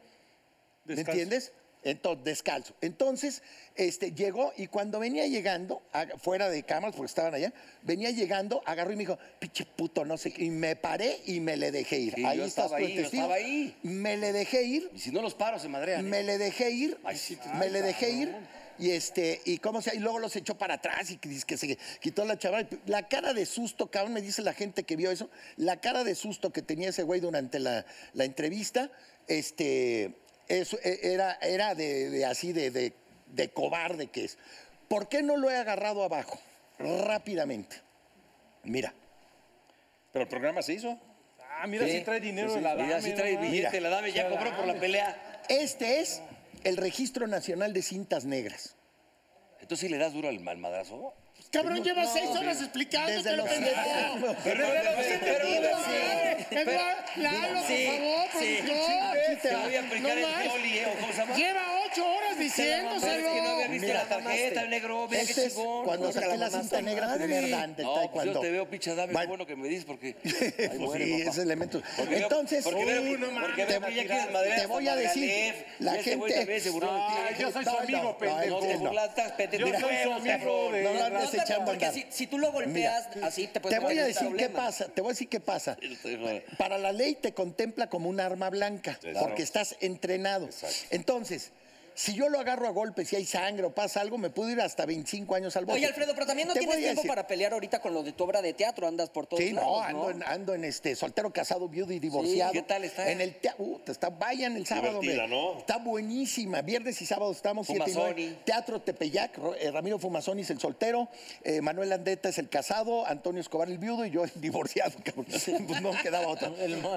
S9: ¿Me
S1: Descalzo.
S9: entiendes? Entonces, descalzo. Entonces, este, llegó y cuando venía llegando, a- fuera de cámaras, porque estaban allá, venía llegando, agarró y me dijo, pinche puto, no sé qué. Y me paré y me le dejé ir.
S6: Sí, yo
S9: estás
S6: estaba
S9: tú,
S6: ahí,
S9: el
S6: yo
S9: testigo.
S6: estaba ahí.
S9: Me le dejé ir
S6: Y si no los paro, se madrean. ¿eh?
S9: me le dejé ir,
S6: Ay, sí, te-
S9: me le dejé ir y este y cómo se y luego los echó para atrás y que, dice que se quitó la chaval. La cara de susto, cabrón, me dice la gente que vio eso, la cara de susto que tenía ese güey durante la, la entrevista, este eso e- era era de, de así de, de de cobarde que es. ¿Por qué no lo he agarrado abajo rápidamente? Mira,
S2: Pero el programa se hizo.
S1: Ah, mira, si trae dinero de la
S6: Y
S1: dame.
S6: ya sí trae
S1: no mames.
S6: billete,
S9: Mira.
S6: la dame, ya cobró por la pelea.
S9: este es el Registro Nacional de Cintas Negras.
S6: Entonces sí le das duro al, al madrazo.
S3: Cabrón, llevas seis horas
S9: Desde
S3: explicándolo,
S9: los
S3: pendejo.
S9: (laughs)
S3: Eduardo, Lalo, por favor,
S5: sí.
S3: productor.
S9: Aquí te va.
S6: Voy a aplicar
S3: No
S6: el
S3: más.
S6: violi, ¿eh? ¿O cómo se llama?
S3: Lleva ocho horas
S5: Es que no
S3: diciéndoselo.
S5: había visto la
S6: mamaste.
S5: tarjeta, negro. Mira qué
S9: Este es
S5: chingón.
S9: cuando
S5: No, te
S9: saqué la
S5: mamaste.
S9: cinta negra
S5: Madre.
S9: primer dan del
S6: No, pues
S9: taekwondo.
S6: yo te veo, pinche dame, qué
S9: Bueno.
S6: bueno que me
S9: (laughs)
S6: dices, porque.
S9: Pues (laughs) sí, ese elemento. Entonces,
S6: porque veo,
S9: Uy,
S6: que-
S9: no
S6: porque
S9: mames,
S6: veo
S9: te-
S6: que ya quieres madrear
S9: te
S6: hasta
S9: voy a decir,
S6: Madagascar. Y
S9: la
S6: este güey
S9: gente-
S6: también se burló de ti.
S1: Ay, yo soy su
S9: No,
S1: amigo,
S9: no,
S1: pendejo.
S6: No te
S9: no.
S6: burlaste, pendejo.
S1: Yo soy su
S6: Bueno,
S1: amigo
S6: cabrón.
S1: de.
S9: No, no,
S1: la-
S9: no,
S5: No,
S9: se echando a
S5: porque
S9: andar.
S5: si, si tú lo golpeas así, te puedes
S9: Te voy
S5: meter
S9: a
S5: en
S9: decir qué
S5: problemas.
S9: pasa, te voy a decir qué pasa.
S6: eh, Hijo.
S9: Para la ley te contempla como un arma blanca, porque estás entrenado. Entonces, si yo lo agarro a golpes, si hay sangre o pasa algo, me puedo ir hasta 25 años al bote.
S5: Oye, Alfredo, pero también no
S9: Te
S5: tienes
S9: voy a
S5: tiempo
S9: decir-
S5: para pelear ahorita con lo de tu obra de teatro. Andas por todos
S9: Sí, no,
S5: lados,
S9: ando, En, ando en este soltero, casado, viudo y divorciado.
S6: ¿qué tal está?
S9: En el te- uh, te está, vayan el sábado, hombre.
S6: Divertida, ¿no?
S9: Está buenísima. Viernes y sábado estamos siete y nueve.
S6: Fumasoni.
S9: Teatro Tepeyac, Ro- eh, Ramiro Fumazoni es el soltero, eh, Manuel Andeta es el casado, Antonio Escobar el viudo y yo el (laughs) divorciado, cabrón. Pues no quedaba otra.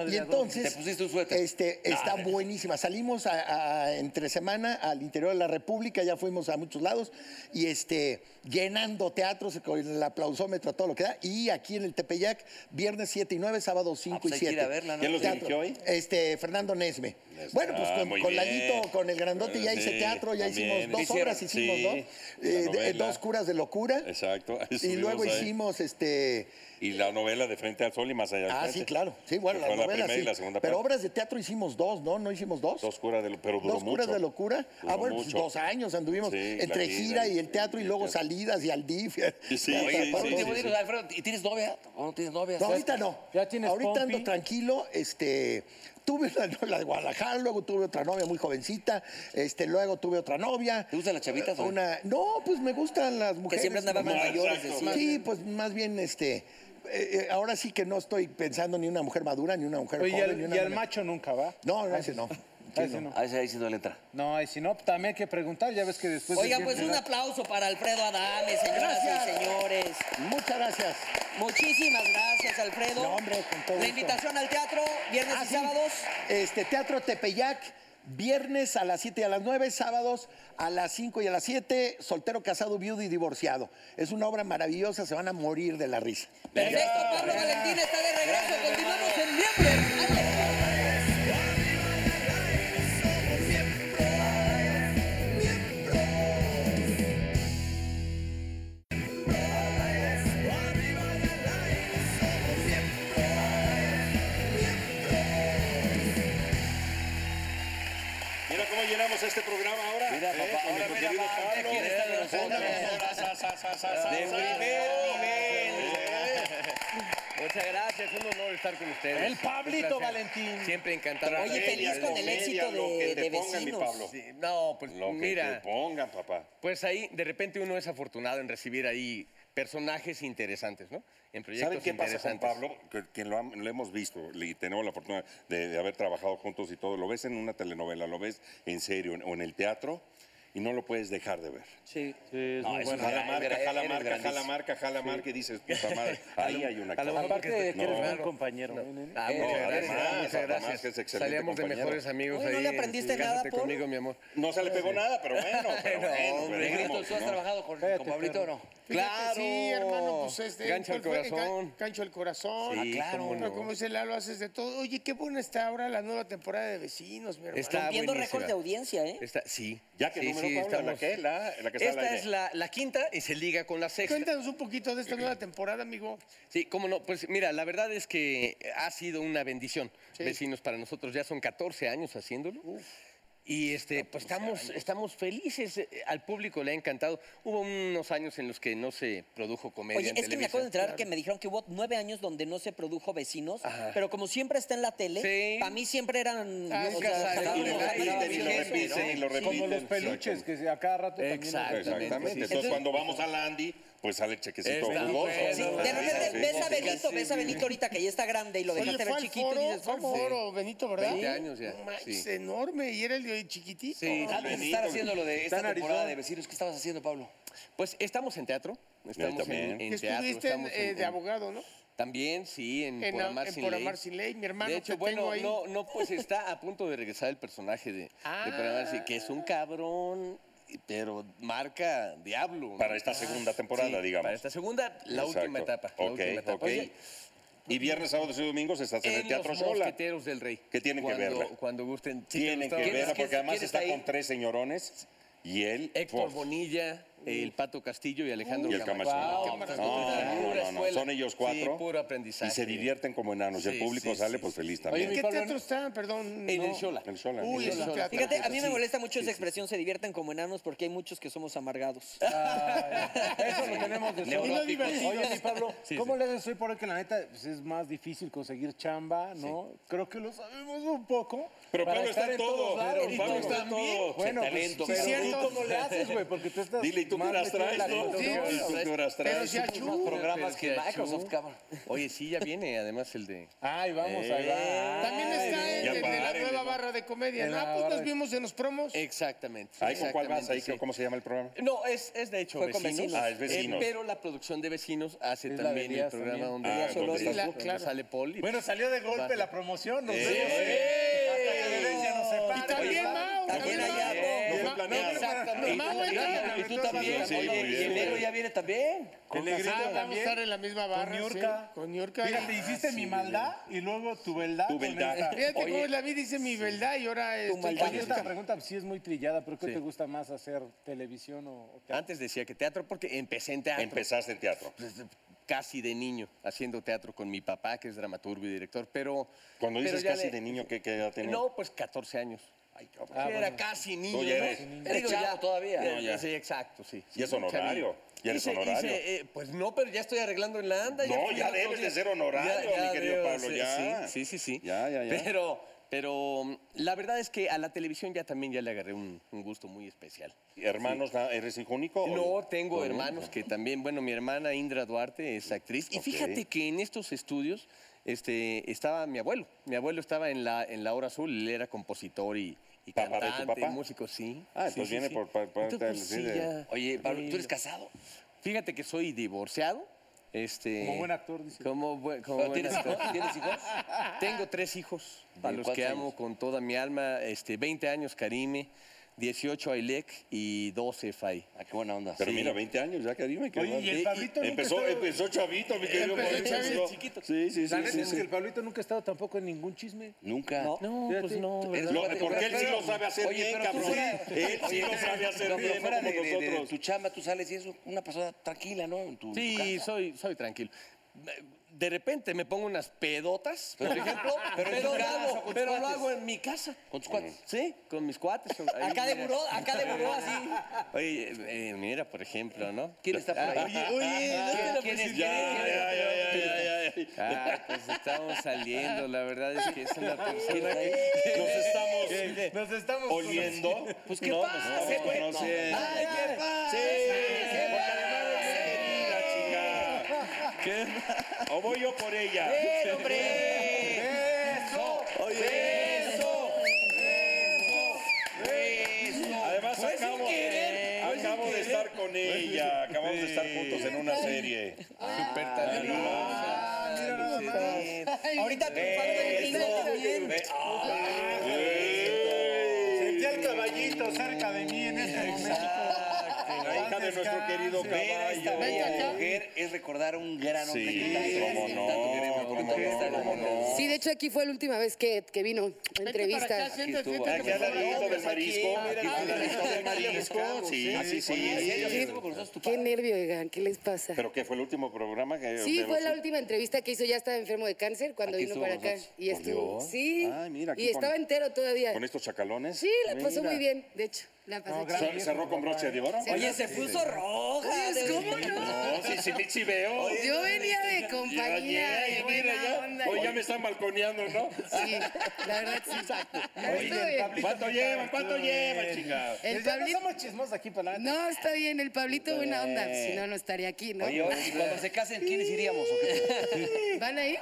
S9: y entonces.
S6: Te pusiste un suéter.
S9: Este, está buenísima. Salimos a- a- entre semana al interior de la República, ya fuimos a muchos lados y este, llenando teatros con el aplausómetro, todo lo que da. Y aquí en el Tepeyac, viernes 7 y 9, sábado 5
S6: pues
S9: y
S6: hay que ir
S9: 7.
S6: a verla, ¿no?
S9: Teatro.
S6: ¿Quién los dirigió hoy?
S9: Este, Fernando Nesme. Bueno, pues
S2: Ah,
S9: con,
S2: muy
S9: con
S2: bien.
S9: Laguito, con el grandote, ya hice
S2: Sí,
S9: teatro, ya
S2: también.
S9: hicimos dos
S6: Hicieron,
S9: obras, hicimos,
S2: sí,
S9: ¿no?
S2: la
S9: Eh, de-
S2: novela.
S9: dos curas de locura.
S2: Exacto, ahí
S9: Y
S2: estuvimos
S9: luego
S2: ahí.
S9: hicimos este.
S2: Y la novela de Frente al Sol y más allá. del
S9: Ah,
S2: Frente.
S9: sí, claro. Sí, bueno,
S2: Que
S9: la
S2: fue la
S9: novela
S2: primera
S9: sí.
S2: y la segunda
S9: Pero
S2: parte.
S9: obras de teatro hicimos dos, ¿no? ¿No hicimos dos?
S2: Dos curas de lo- pero duró
S9: Dos curas
S2: mucho.
S9: de locura.
S2: Duró
S9: ah, bueno, pues,
S2: mucho.
S9: dos años anduvimos
S2: Sí, la
S9: entre
S2: gira
S9: gira
S2: y-
S9: y el teatro y,
S2: y el
S9: luego
S2: teatro.
S9: salidas y al DIF.
S2: Sí,
S9: (laughs)
S2: sí,
S9: Ya,
S2: sí,
S9: para
S2: sí,
S9: todo.
S2: sí, sí.
S6: Alfredo, ¿y tienes novia? ¿O no tienes novia?
S9: No, ahorita no.
S1: ¿Ya tienes
S9: ahorita
S1: pompi?
S9: ando tranquilo. Este, tuve una novia de Guadalajara, luego tuve otra novia muy jovencita, este, luego tuve otra novia.
S6: ¿Te gustan las chavitas, o?
S9: Una, no, pues me gustan las mujeres.
S5: siempre andaban
S9: más
S5: más mayores, decían.
S9: Sí, pues más bien, este, eh, eh, ahora sí que no estoy pensando ni una mujer madura, ni una mujer
S1: Oye, y
S9: joven,
S1: al,
S9: ni una
S1: y al
S9: mujer-
S1: macho nunca, ¿va?
S9: No, no, ese no.
S1: A ese no.
S6: A veces ahí sí no le entra.
S1: No, y si no, también hay que preguntar, ya ves que después... de
S5: Oigan,
S1: cierta
S5: pues un
S1: edad-
S5: aplauso para Alfredo Adame, señoras
S9: Gracias.
S5: y señores.
S9: Muchas gracias.
S5: Muchísimas gracias, Alfredo.
S9: No, hombre, con todo
S5: La
S9: gusto.
S5: invitación al teatro, viernes
S9: Ah,
S5: y
S9: sí.
S5: sábados.
S9: Este, Teatro Tepeyac, viernes a las 7 y a las 9, sábados a las 5 y a las 7, soltero, casado, viudo y divorciado. Es una obra maravillosa, se van a morir de la risa.
S5: Perfecto, Pablo Valentín está de regreso. Continuamos en miembros. ¡Ándale!
S2: Mira cómo llenamos este programa ahora.
S6: Mira,
S2: ¿eh?
S6: papá,
S2: Con
S6: ahora
S2: nuestro
S6: mira,
S2: querido
S6: papá,
S2: Pablo.
S6: ¿quién está de
S2: Eh, sa,
S6: nosotros?
S2: sa, sa, sa, sa, sa,
S6: De
S2: sa.
S6: primer
S4: Muchas gracias, un honor estar con ustedes.
S1: El Pablito
S4: Un placer.
S1: Valentín.
S4: Siempre encantado.
S5: Oye,
S2: Tragedia,
S5: feliz con el
S2: comedia,
S5: éxito
S2: lo
S5: de-
S2: que te
S5: de
S2: pongan, mi
S5: vecinos.
S2: Pablo.
S4: Sí, no, pues
S2: Lo que
S4: mira,
S2: te pongan, papá.
S4: pues ahí de repente uno es afortunado en recibir ahí personajes interesantes, ¿no? En proyectos
S2: ¿Saben qué pasa con
S4: interesantes.
S2: Pablo? Que, que lo, han- lo hemos visto y tenemos la fortuna de, de haber trabajado juntos y todo. Lo ves en una telenovela, lo ves en serio en- o en el teatro y no lo puedes dejar de ver.
S5: Sí.
S6: No, es un
S2: jala
S6: gran-
S2: marca,
S6: eres
S2: jala marca,
S6: grandísimo.
S2: jala marca, jala marca y dices, puta madre, ahí hay una
S4: (laughs) A lo mejor
S1: Aparte de que
S2: No,
S1: eres buen
S2: claro.
S1: compañero.
S4: Ah,
S2: Eh,
S4: muchas
S2: además,
S4: gracias, muchas
S2: además
S4: gracias.
S2: que es excelente
S4: Salíamos de
S2: compañero.
S4: mejores amigos
S5: Oye, ¿no
S4: ahí
S5: le
S4: en
S5: aprendiste
S4: Cásate
S5: nada, Polo?
S4: conmigo, mi amor.
S2: No se le pegó nada, pero bueno,
S4: (laughs)
S2: pero bueno. pero
S6: Hombre, Negrito,
S2: vamos,
S6: ¿tú has
S2: ¿no?
S6: trabajado con,
S1: Espérate,
S6: con Pablito o no?
S4: ¡Claro!
S3: Sí, hermano, pues este.
S4: Gancho al
S3: ¿cuál fue?
S4: corazón.
S3: Ga- Gancho al corazón.
S4: Sí, Ah, claro. cómo
S3: Pero
S4: no.
S3: como dice Lalo, haces de todo. Oye, qué buena está ahora la nueva temporada de Vecinos, mi hermano.
S9: Ah,
S4: Está
S5: Rompiendo
S4: buenísima.
S5: récord de audiencia, ¿eh?
S4: Está- sí.
S2: ¿Ya qué
S4: sí,
S2: número,
S4: sí,
S2: Pablo? ¿La
S4: estamos-
S2: qué? ¿La- la que está al
S4: Esta
S2: aire?
S4: es la, la quinta y se liga con la sexta.
S3: Cuéntanos un poquito de esta nueva temporada, amigo.
S4: Sí, cómo no. Pues mira, la verdad es que ha sido una bendición, vecinos, para nosotros. Ya son 14 años haciéndolo. Y este, pues estamos, estamos felices. Eh, Al público le ha encantado. Hubo unos años en los que no se produjo comedia.
S5: Oye,
S4: en
S5: es que me
S4: Televisa.
S5: acabo de enterar que me dijeron que hubo nueve años donde no se produjo vecinos, pero como siempre está en la tele,
S4: Sí.
S5: para mí siempre eran.
S1: Ah,
S5: o
S1: nunca
S5: sea,
S1: salió.
S5: jalaban,
S2: Y lo
S5: jalaban,
S2: repiten, y lo
S5: jalaban,
S2: repiten, y
S5: ¿no?
S2: lo repiten.
S1: Como los peluches, que se- a cada rato también...
S4: Exactamente.
S2: Exactamente. Entonces,
S4: Entonces-
S2: cuando vamos a Landy, pues sale el chequecito
S4: Está
S2: jugoso.
S4: bueno,
S5: Sí,
S4: no,
S5: de repente
S2: Sí,
S5: ves a
S2: sí,
S5: Benito, ves a Benito ahorita que ya está grande y lo
S3: Oye,
S5: dejaste
S3: fue
S5: ver
S3: al
S5: chiquito
S3: foro,
S5: y dices,
S3: fue al
S5: ¿cómo?
S3: foro, Benito, ¿verdad?
S4: 20 años ya,
S3: No manches,
S4: sí.
S3: enorme. Y era el de chiquitito.
S4: Sí,
S6: Antes de estar haciendo lo de esta
S1: Está en
S6: temporada
S1: Arizona.
S6: de vecinos, ¿qué estabas haciendo, Pablo?
S4: Pues estamos en teatro. Estamos
S2: también.
S4: en, en
S3: Que
S4: teatro.
S3: estuviste en,
S4: estamos
S3: eh,
S4: en-
S3: de abogado, ¿no?
S4: También, sí, en,
S3: En
S4: Por
S3: a-
S4: Amar
S3: en
S4: Sin
S3: Por
S4: Ley.
S3: Amar Sin Ley, mi hermano,
S4: De hecho,
S3: te
S4: bueno,
S3: tengo ahí.
S4: no, no, pues está a punto de regresar el personaje de, de Por Amar Sin- que es un cabrón, pero marca Diablo. ¿no?
S2: Para esta segunda temporada,
S4: Sí,
S2: digamos.
S4: Para esta segunda, la
S2: Exacto.
S4: última etapa. la
S2: Ok,
S4: última etapa.
S2: ok.
S4: Oye,
S2: Y viernes, sábados y domingos estás en, el
S4: En
S2: Teatro
S4: los
S2: Sola.
S4: Mosqueteros del Rey.
S2: Que tienen que
S4: Cuando-
S2: verla.
S4: Cuando gusten. Sí,
S2: Tienen que
S4: te gustaba.
S2: verla
S4: ¿Quieres-
S2: porque además
S4: quieres
S2: está
S4: ahí?
S2: con tres señorones y él.
S4: Héctor
S2: uf,
S4: Bonilla, el Pato Castillo y Alejandro
S2: y el Camacho.
S4: Wow,
S2: no,
S4: entonces,
S2: no,
S4: pura
S2: no, no,
S4: escuela.
S2: Son ellos
S4: Sí,
S2: cuatro.
S4: puro aprendizaje.
S2: y se divierten como enanos. Y el
S4: Sí,
S2: público
S4: sí,
S2: sale,
S4: sí,
S2: pues
S4: sí.
S2: feliz
S3: ¿En
S2: también.
S3: qué
S4: Pablo,
S3: teatro está? Perdón.
S4: En
S3: no.
S4: el
S10: (laughs)
S4: Shola.
S2: El Sola.
S3: Uy,
S2: el
S3: es un
S2: Sola.
S3: teatro.
S5: Fíjate, a mí me molesta mucho esa expresión, se divierten como enanos, porque hay muchos que somos amargados.
S10: Eso lo tenemos
S4: (laughs)
S10: de sobra.
S3: Neuróticos. divertido.
S10: Oye, mi Pablo,
S4: Sí,
S10: ¿cómo
S4: sí.
S10: le haces hoy por hoy que la neta pues, es más difícil conseguir chamba, no? Creo que lo sabemos un poco.
S2: Pero
S10: para
S2: Pablo está
S10: estar
S2: en todo.
S10: lados,
S2: Pero Pablo
S10: ¿no?
S2: está en todo.
S10: Bueno,
S2: Sin
S10: pues,
S2: talento.
S10: pero
S2: pero-
S10: ¿tú cómo le haces, güey? Porque tú estás...
S2: Dile, ¿y tú qué
S10: más
S2: horas
S10: metido en la
S2: traes, no?
S10: gente.
S2: Sí,
S10: Sí.
S2: ¿y tú qué horas
S3: Pero
S2: traes?
S3: si achú.
S6: Programas que
S4: Pero es que
S6: Microsoft,
S4: achú.
S6: cabrón.
S4: Oye, sí, ya viene, además el de.
S10: Ay, vamos, ahí va.
S3: Eh. También está
S10: Ay,
S3: el
S2: Ya
S3: de- de la
S2: paren,
S3: nueva
S2: ¿no?
S3: barra de comedia.
S10: En
S3: ¿no?
S10: la
S3: Ah, pues
S10: barra
S3: nos
S10: de-
S3: vimos en los promos.
S4: Exactamente.
S2: Ahí con cuál vas, ahí,
S4: exactamente, sí.
S2: ¿cómo se llama el programa?
S4: No, es, es de hecho
S5: Fue con
S4: vecinos.
S5: Vecinos.
S2: Ah, es Vecinos.
S4: Eh, pero la producción de vecinos hace
S10: Es la
S4: también
S10: de
S4: el
S10: Elías
S4: programa
S10: también.
S4: donde,
S2: Ah,
S4: Elías
S2: donde
S4: Solorio,
S2: estás
S4: donde
S3: tú. Claro.
S4: sale Poli.
S10: Bueno, salió de golpe la promoción. Nos
S2: Eh.
S10: vemos, ¿eh? Hasta que la herencia nos separe.
S3: Y también Mao.
S5: también allá,
S2: No
S5: no,
S2: fue
S3: Ma-
S2: planeado.
S4: Exactamente.
S3: Mao, allá.
S10: Y tú
S2: Sí, muy
S6: Oye, y
S2: bien.
S6: el negro ya viene también.
S10: El negrito
S3: Ah, vamos a
S10: también.
S3: estar en la misma barra. sí.
S10: Niurka.
S3: Con Niurka.
S10: Fíjate, hiciste mi maldad y luego tu beldad.
S2: Tu
S10: con
S2: beldad.
S10: esta.
S3: Fíjate cómo la vi, dice mi verdad y ahora estoy
S5: maldad.
S10: Oye,
S3: con
S10: esta
S3: Niurka.
S10: pregunta sí es muy trillada, pero ¿qué
S4: Sí.
S10: te gusta más hacer? ¿Televisión o o teatro?
S4: Antes decía que teatro porque empecé en teatro.
S2: Empezaste en teatro.
S4: desde
S2: Em-
S4: casi de niño haciendo teatro con mi papá, que es dramaturgo y director, pero...
S2: Cuando
S4: pero
S2: dices
S4: ya
S2: casi
S4: le-
S2: de niño, ¿qué, qué edad tenías?
S4: No, pues 14 años.
S10: Ah,
S4: Sí,
S10: bueno.
S4: Era casi niño.
S2: Tú ya
S4: ¿no?
S2: eres.
S4: Era
S6: Eres chavo todavía.
S4: Era-
S2: No, ya.
S4: Sí, exacto, sí.
S2: Y es
S4: Sí, chavito.
S2: honorario. Ya eres
S4: Hice- hice,
S2: honorario.
S4: eh, pues no, pero ya estoy arreglando en la anda.
S2: No,
S4: fui
S2: ya
S4: al otro
S2: debes de
S4: día.
S2: ser honorario, mi querido Pablo,
S4: sí,
S2: ya.
S4: Sí, sí, sí. sí.
S2: Ya, ya, ya.
S4: Pero, pero mm, la verdad es que a la televisión ya también ya le agarré un- un gusto muy especial.
S2: ¿Hermanos, na- eres hijo único? o-
S4: No, tengo hermanos que también, bueno, mi hermana Indra Duarte es actriz. Y
S2: Ok.
S4: fíjate que en estos estudios este, estaba mi abuelo. Mi abuelo estaba en la, en la Hora Azul, él era compositor y, y
S2: ¿Papá de tu
S4: cantante,
S2: papá?
S4: músico, sí.
S2: Ah,
S4: Sí,
S2: entonces
S4: sí,
S2: viene
S4: sí.
S2: por par- parte
S4: Entonces,
S2: del-
S4: pues,
S2: sí,
S4: sí,
S2: de-
S4: ya.
S6: Oye, Pablo, ¿tú eres
S4: Brillo.
S6: casado?
S4: Fíjate que soy divorciado. Este,
S10: Como buen actor, dice.
S4: Como, buen- como
S6: Pero
S4: buen
S6: ¿Tienes
S4: actor.
S6: hijos? ¿Tienes hijos?
S4: Tengo tres hijos, a
S6: ¿De
S4: los
S6: Ah, cuántos
S4: que amo
S6: años?
S4: con toda mi alma. Este, 20 años Karime, 18 Ailek y 12 Fay.
S6: Ah, qué buena onda.
S2: Pero
S6: Sí.
S2: mira, 20 años ya, que dime. que
S10: Oye, y el Pablito nunca
S2: empezó,
S10: estaba-
S2: empezó chavito, mi querido
S3: Empezó
S2: Pablito,
S3: chavito,
S2: empezó-
S3: chiquito.
S2: Sí, sí,
S10: La
S2: sí.
S10: neta
S2: sí,
S10: es
S2: sí.
S10: que el Pablito nunca ha estado tampoco en ningún chisme.
S6: Nunca.
S4: No,
S10: Fíjate,
S4: pues no. ¿verdad?
S2: No, porque él sí lo sabe hacer
S6: Oye,
S2: bien,
S6: pero tú
S2: cabrón.
S6: fuera-
S2: Él sí lo sabe hacer
S6: No, pero
S2: bien, no
S6: fuera
S2: como
S6: de, de- de- de
S2: nosotros.
S6: tu chamba, tú sales y es una persona tranquila, ¿no? En tu, en tu
S4: Sí,
S6: casa.
S4: soy, soy tranquilo. De repente me pongo unas pedotas, por ejemplo, pero,
S6: en tu
S4: lo
S6: casa,
S4: hago,
S6: con tus
S4: pero lo
S6: cuates.
S4: hago en mi casa.
S6: Con tus cuates.
S4: Sí, con mis cuates. ahí,
S5: Acá de
S4: mira.
S5: buró, acá de buró, así.
S4: Oye, eh, mira, por ejemplo, ¿no?
S6: ¿Quién está por ahí?
S4: Oye, oye, no te lo presenté.
S2: Ya, ya, ya, ya, ya, ya.
S4: Ah, pues estamos saliendo, la verdad es que es una persona que...
S2: Nos estamos
S10: Nos estamos...
S2: oliendo. Pues qué pasa,
S6: güey?
S2: conociendo.
S6: Ay, ¿qué pasa?
S2: Sí, porque además es querida, chica. O voy yo por ella. Además, acabo, acabo de estar con ella. Acabamos de estar juntos en una serie.
S5: Ahorita tu padre me dijo,
S10: Sentí al caballito cerca de mí en este momento.
S2: La hija de nuestro querido
S6: Ver a esta
S2: caballo.
S3: Vente
S6: bella
S3: acá.
S6: mujer es recordar a un gran hombre
S2: Sí,
S6: que tanto-
S2: cómo
S6: que
S2: no,
S6: tanto queremos,
S2: cómo
S6: que tanto
S2: no, cómo
S6: queremos.
S2: no.
S8: Sí, de hecho aquí fue la última vez que, que vino a
S3: Vente para acá,
S8: entrevistas.
S3: siéntate,
S6: estuvo.
S2: Aquí
S3: siéntate,
S2: al
S3: por favor.
S2: ladito del marisco.
S5: Ah,
S2: Al ladito del marisco. Sí, sí,
S6: Oye, ¿en serio que
S2: sí.
S6: estuvo con nosotros tu
S8: Qué
S6: padre?
S8: nervio, oigan, ¿qué les pasa?
S2: ¿Pero qué fue el último programa? Que,
S8: Sí,
S2: de
S8: fue
S2: los-
S8: la última entrevista que hizo, ya estaba enfermo de cáncer cuando
S6: Aquí
S8: vino
S6: estuvo
S8: para
S6: con
S8: acá.
S6: nosotros.
S8: Y estuvo,
S2: Dios.
S8: sí,
S2: Ay, mira, aquí
S8: y
S2: con-
S8: estaba entero todavía.
S2: ¿Con estos chacalones?
S8: Sí, la pasó
S2: Mira.
S8: muy bien, de hecho, la pasó
S10: No,
S8: chido.
S2: Cer- ¿Cerró con broche de oro?
S5: Oye, se puso roja.
S8: Pues,
S5: de-
S8: ¿Cómo no?
S2: No, sí, sí, me chiveo.
S8: Yo venía de
S2: Ya,
S8: compañía,
S2: ya,
S8: de
S2: mira,
S8: buena onda.
S2: ya. Oye, ya me están balconeando, ¿no?
S8: Sí, la verdad sí. La verdad, estuvo bien.
S2: ¿Cuánto llevan? ¿Cuánto llevan, chingada?
S8: El
S10: El Pablito...
S8: Pablito-
S10: No somos chismosos aquí para nada.
S8: No, está bien, el Pablito buena onda, si no, no estaría aquí, ¿no?
S6: Eh. Oye, oye, ¿y cuando se casen, ¿quiénes iríamos? o qué?
S8: (laughs) ¿Van ahí?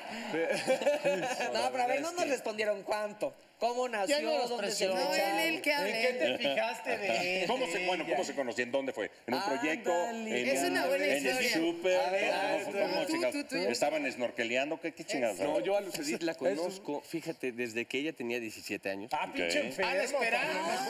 S5: No, pero a ver, no nos respondieron cuánto. ¿Cómo nació?
S2: no los
S5: ¿Dónde se
S2: presiones.
S5: lo
S2: No,
S5: echaron?
S2: él, él que hable. ¿En qué te fijaste
S5: de
S2: ¿Cómo se, bueno, ¿cómo se conocían? ¿Dónde fue? ¿En un proyecto?
S11: Ándale.
S2: ¿En,
S11: Es una buena
S2: en
S11: historia.
S2: el súper?
S11: A ver,
S2: ¿Cómo-
S11: a ver,
S2: cómo-
S11: tú,
S2: cómo
S11: tú,
S2: chingados?
S11: tú, tú.
S2: ¿Estaban snorkeleando? ¿Qué, qué chingados?
S4: No, yo a Lucedit la conozco, fíjate, desde que ella tenía 17 años. Ah,
S2: pinche Ok. enfermo,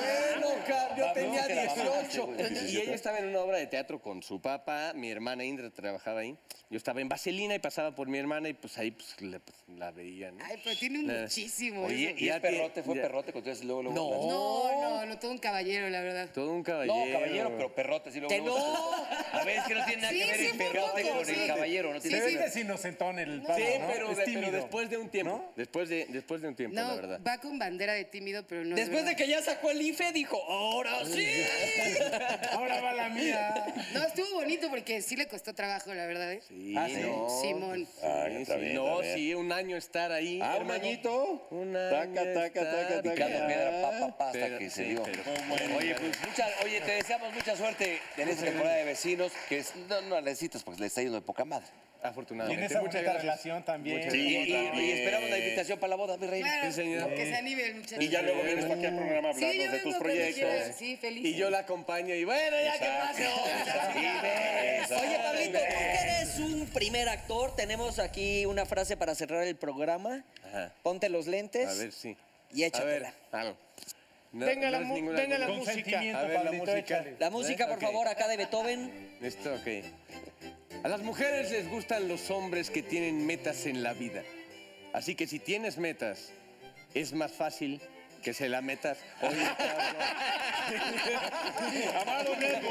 S4: yo
S2: Cabrón,
S4: tenía
S2: que la mamaste,
S4: 18.
S2: güey.
S4: (laughs) Y ella estaba en una obra de teatro con su papá, mi hermana Indra trabajaba ahí. Yo estaba en Vaselina y pasaba por mi hermana y pues ahí pues, la, pues, la veía, ¿no?
S11: Ay, pero tiene un
S4: La-
S8: ¿eh?
S11: muchísimo.
S4: Oye,
S11: eso.
S4: y es perrote,
S6: fue
S4: perrote con luego,
S6: luego
S11: No, no, no, todo un caballero, la verdad.
S4: Todo un caballero.
S6: No, caballero, pero perrote, sí lo
S11: Que
S6: no. A ver, es que no tiene nada
S11: Sí,
S6: que ver
S11: sí,
S6: el
S11: fue
S6: perrote
S11: loco,
S6: con
S11: sí.
S6: el caballero, no
S11: Sí,
S6: tiene nada que
S11: sí.
S6: ver.
S10: Es inocentón el
S11: No.
S10: vato,
S4: sí,
S10: ¿no?
S4: pero,
S10: Es
S4: de- pero
S10: tímido.
S4: después de un tiempo. Después, de, después de un tiempo, la
S11: No,
S4: verdad.
S2: ah,
S11: va con bandera de tímido, pero no.
S5: Después de
S11: verdad.
S5: que ya sacó el IFE, dijo, ahora sí.
S10: Ahora va la mía.
S11: No, estuvo bonito porque sí le costó trabajo, la verdad, ¿eh?
S4: Sí,
S11: Ah, ¿sí?
S4: no.
S11: Simón.
S4: Ah,
S2: ya está bien,
S4: no,
S2: está bien.
S4: sí, un año estar ahí.
S2: Ah, un
S4: hermano.
S2: añito.
S4: Un año.
S2: Taca, taca,
S4: estar
S2: taca, taca.
S4: picando piedra, pa, pa, pa,
S6: hasta que se dio.
S4: Oye,
S6: Oye, pues mucha, oye, te deseamos mucha suerte en esta temporada de vecinos, que es- no, no la necesitas porque le está yendo de poca madre.
S10: Y en
S4: afortunadamente.
S10: esa
S4: muchas
S10: bonita
S4: gracias.
S10: relación también.
S6: Sí, y, y- y esperamos la invitación para la boda, mi rey.
S11: Claro,
S4: Sí, señor.
S11: que se anime el muchacho.
S2: Y ya luego vienes tú aquí al programa a
S11: Sí, yo vengo
S2: hablarnos de tus
S11: cuando quieras,
S2: proyectos.
S11: Sí, feliz.
S4: Y yo la acompaño y bueno, ya que
S2: (laughs)
S4: pase.
S5: Oye, Pablito, tú que eres un primer actor, tenemos aquí una frase para cerrar el programa.
S4: Ajá.
S5: Ponte los lentes.
S4: A ver, sí.
S5: Y échatela.
S4: A ver, algo. No,
S3: Venga la
S4: es
S3: mu-
S4: ninguna
S3: venga la
S4: burla.
S3: música.
S4: A ver, la
S10: Pablito,
S4: música.
S10: échale.
S5: La música, por
S4: Ok.
S5: favor, acá de Beethoven.
S4: Esto, ok. A las mujeres les gustan los hombres que tienen metas en la vida. Así que si tienes metas, es más fácil que se la metas. Oye,
S2: Amado Nervo.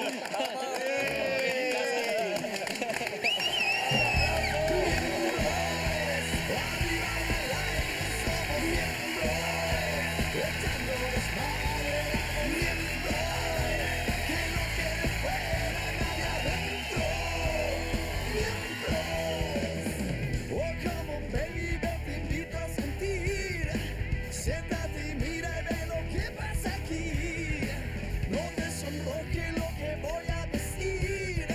S12: Oh, come on, baby, yo te invito a sentir. Siéntate y mira y ve lo que pasa aquí. No te sonroje lo que voy a decir.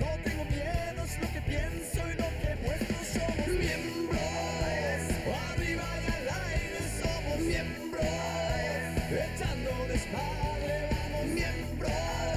S12: No tengo miedo, es lo que pienso y lo que muestro. Somos miembros. Arriba y al aire somos miembros. Echando desmadre, vamos miembros.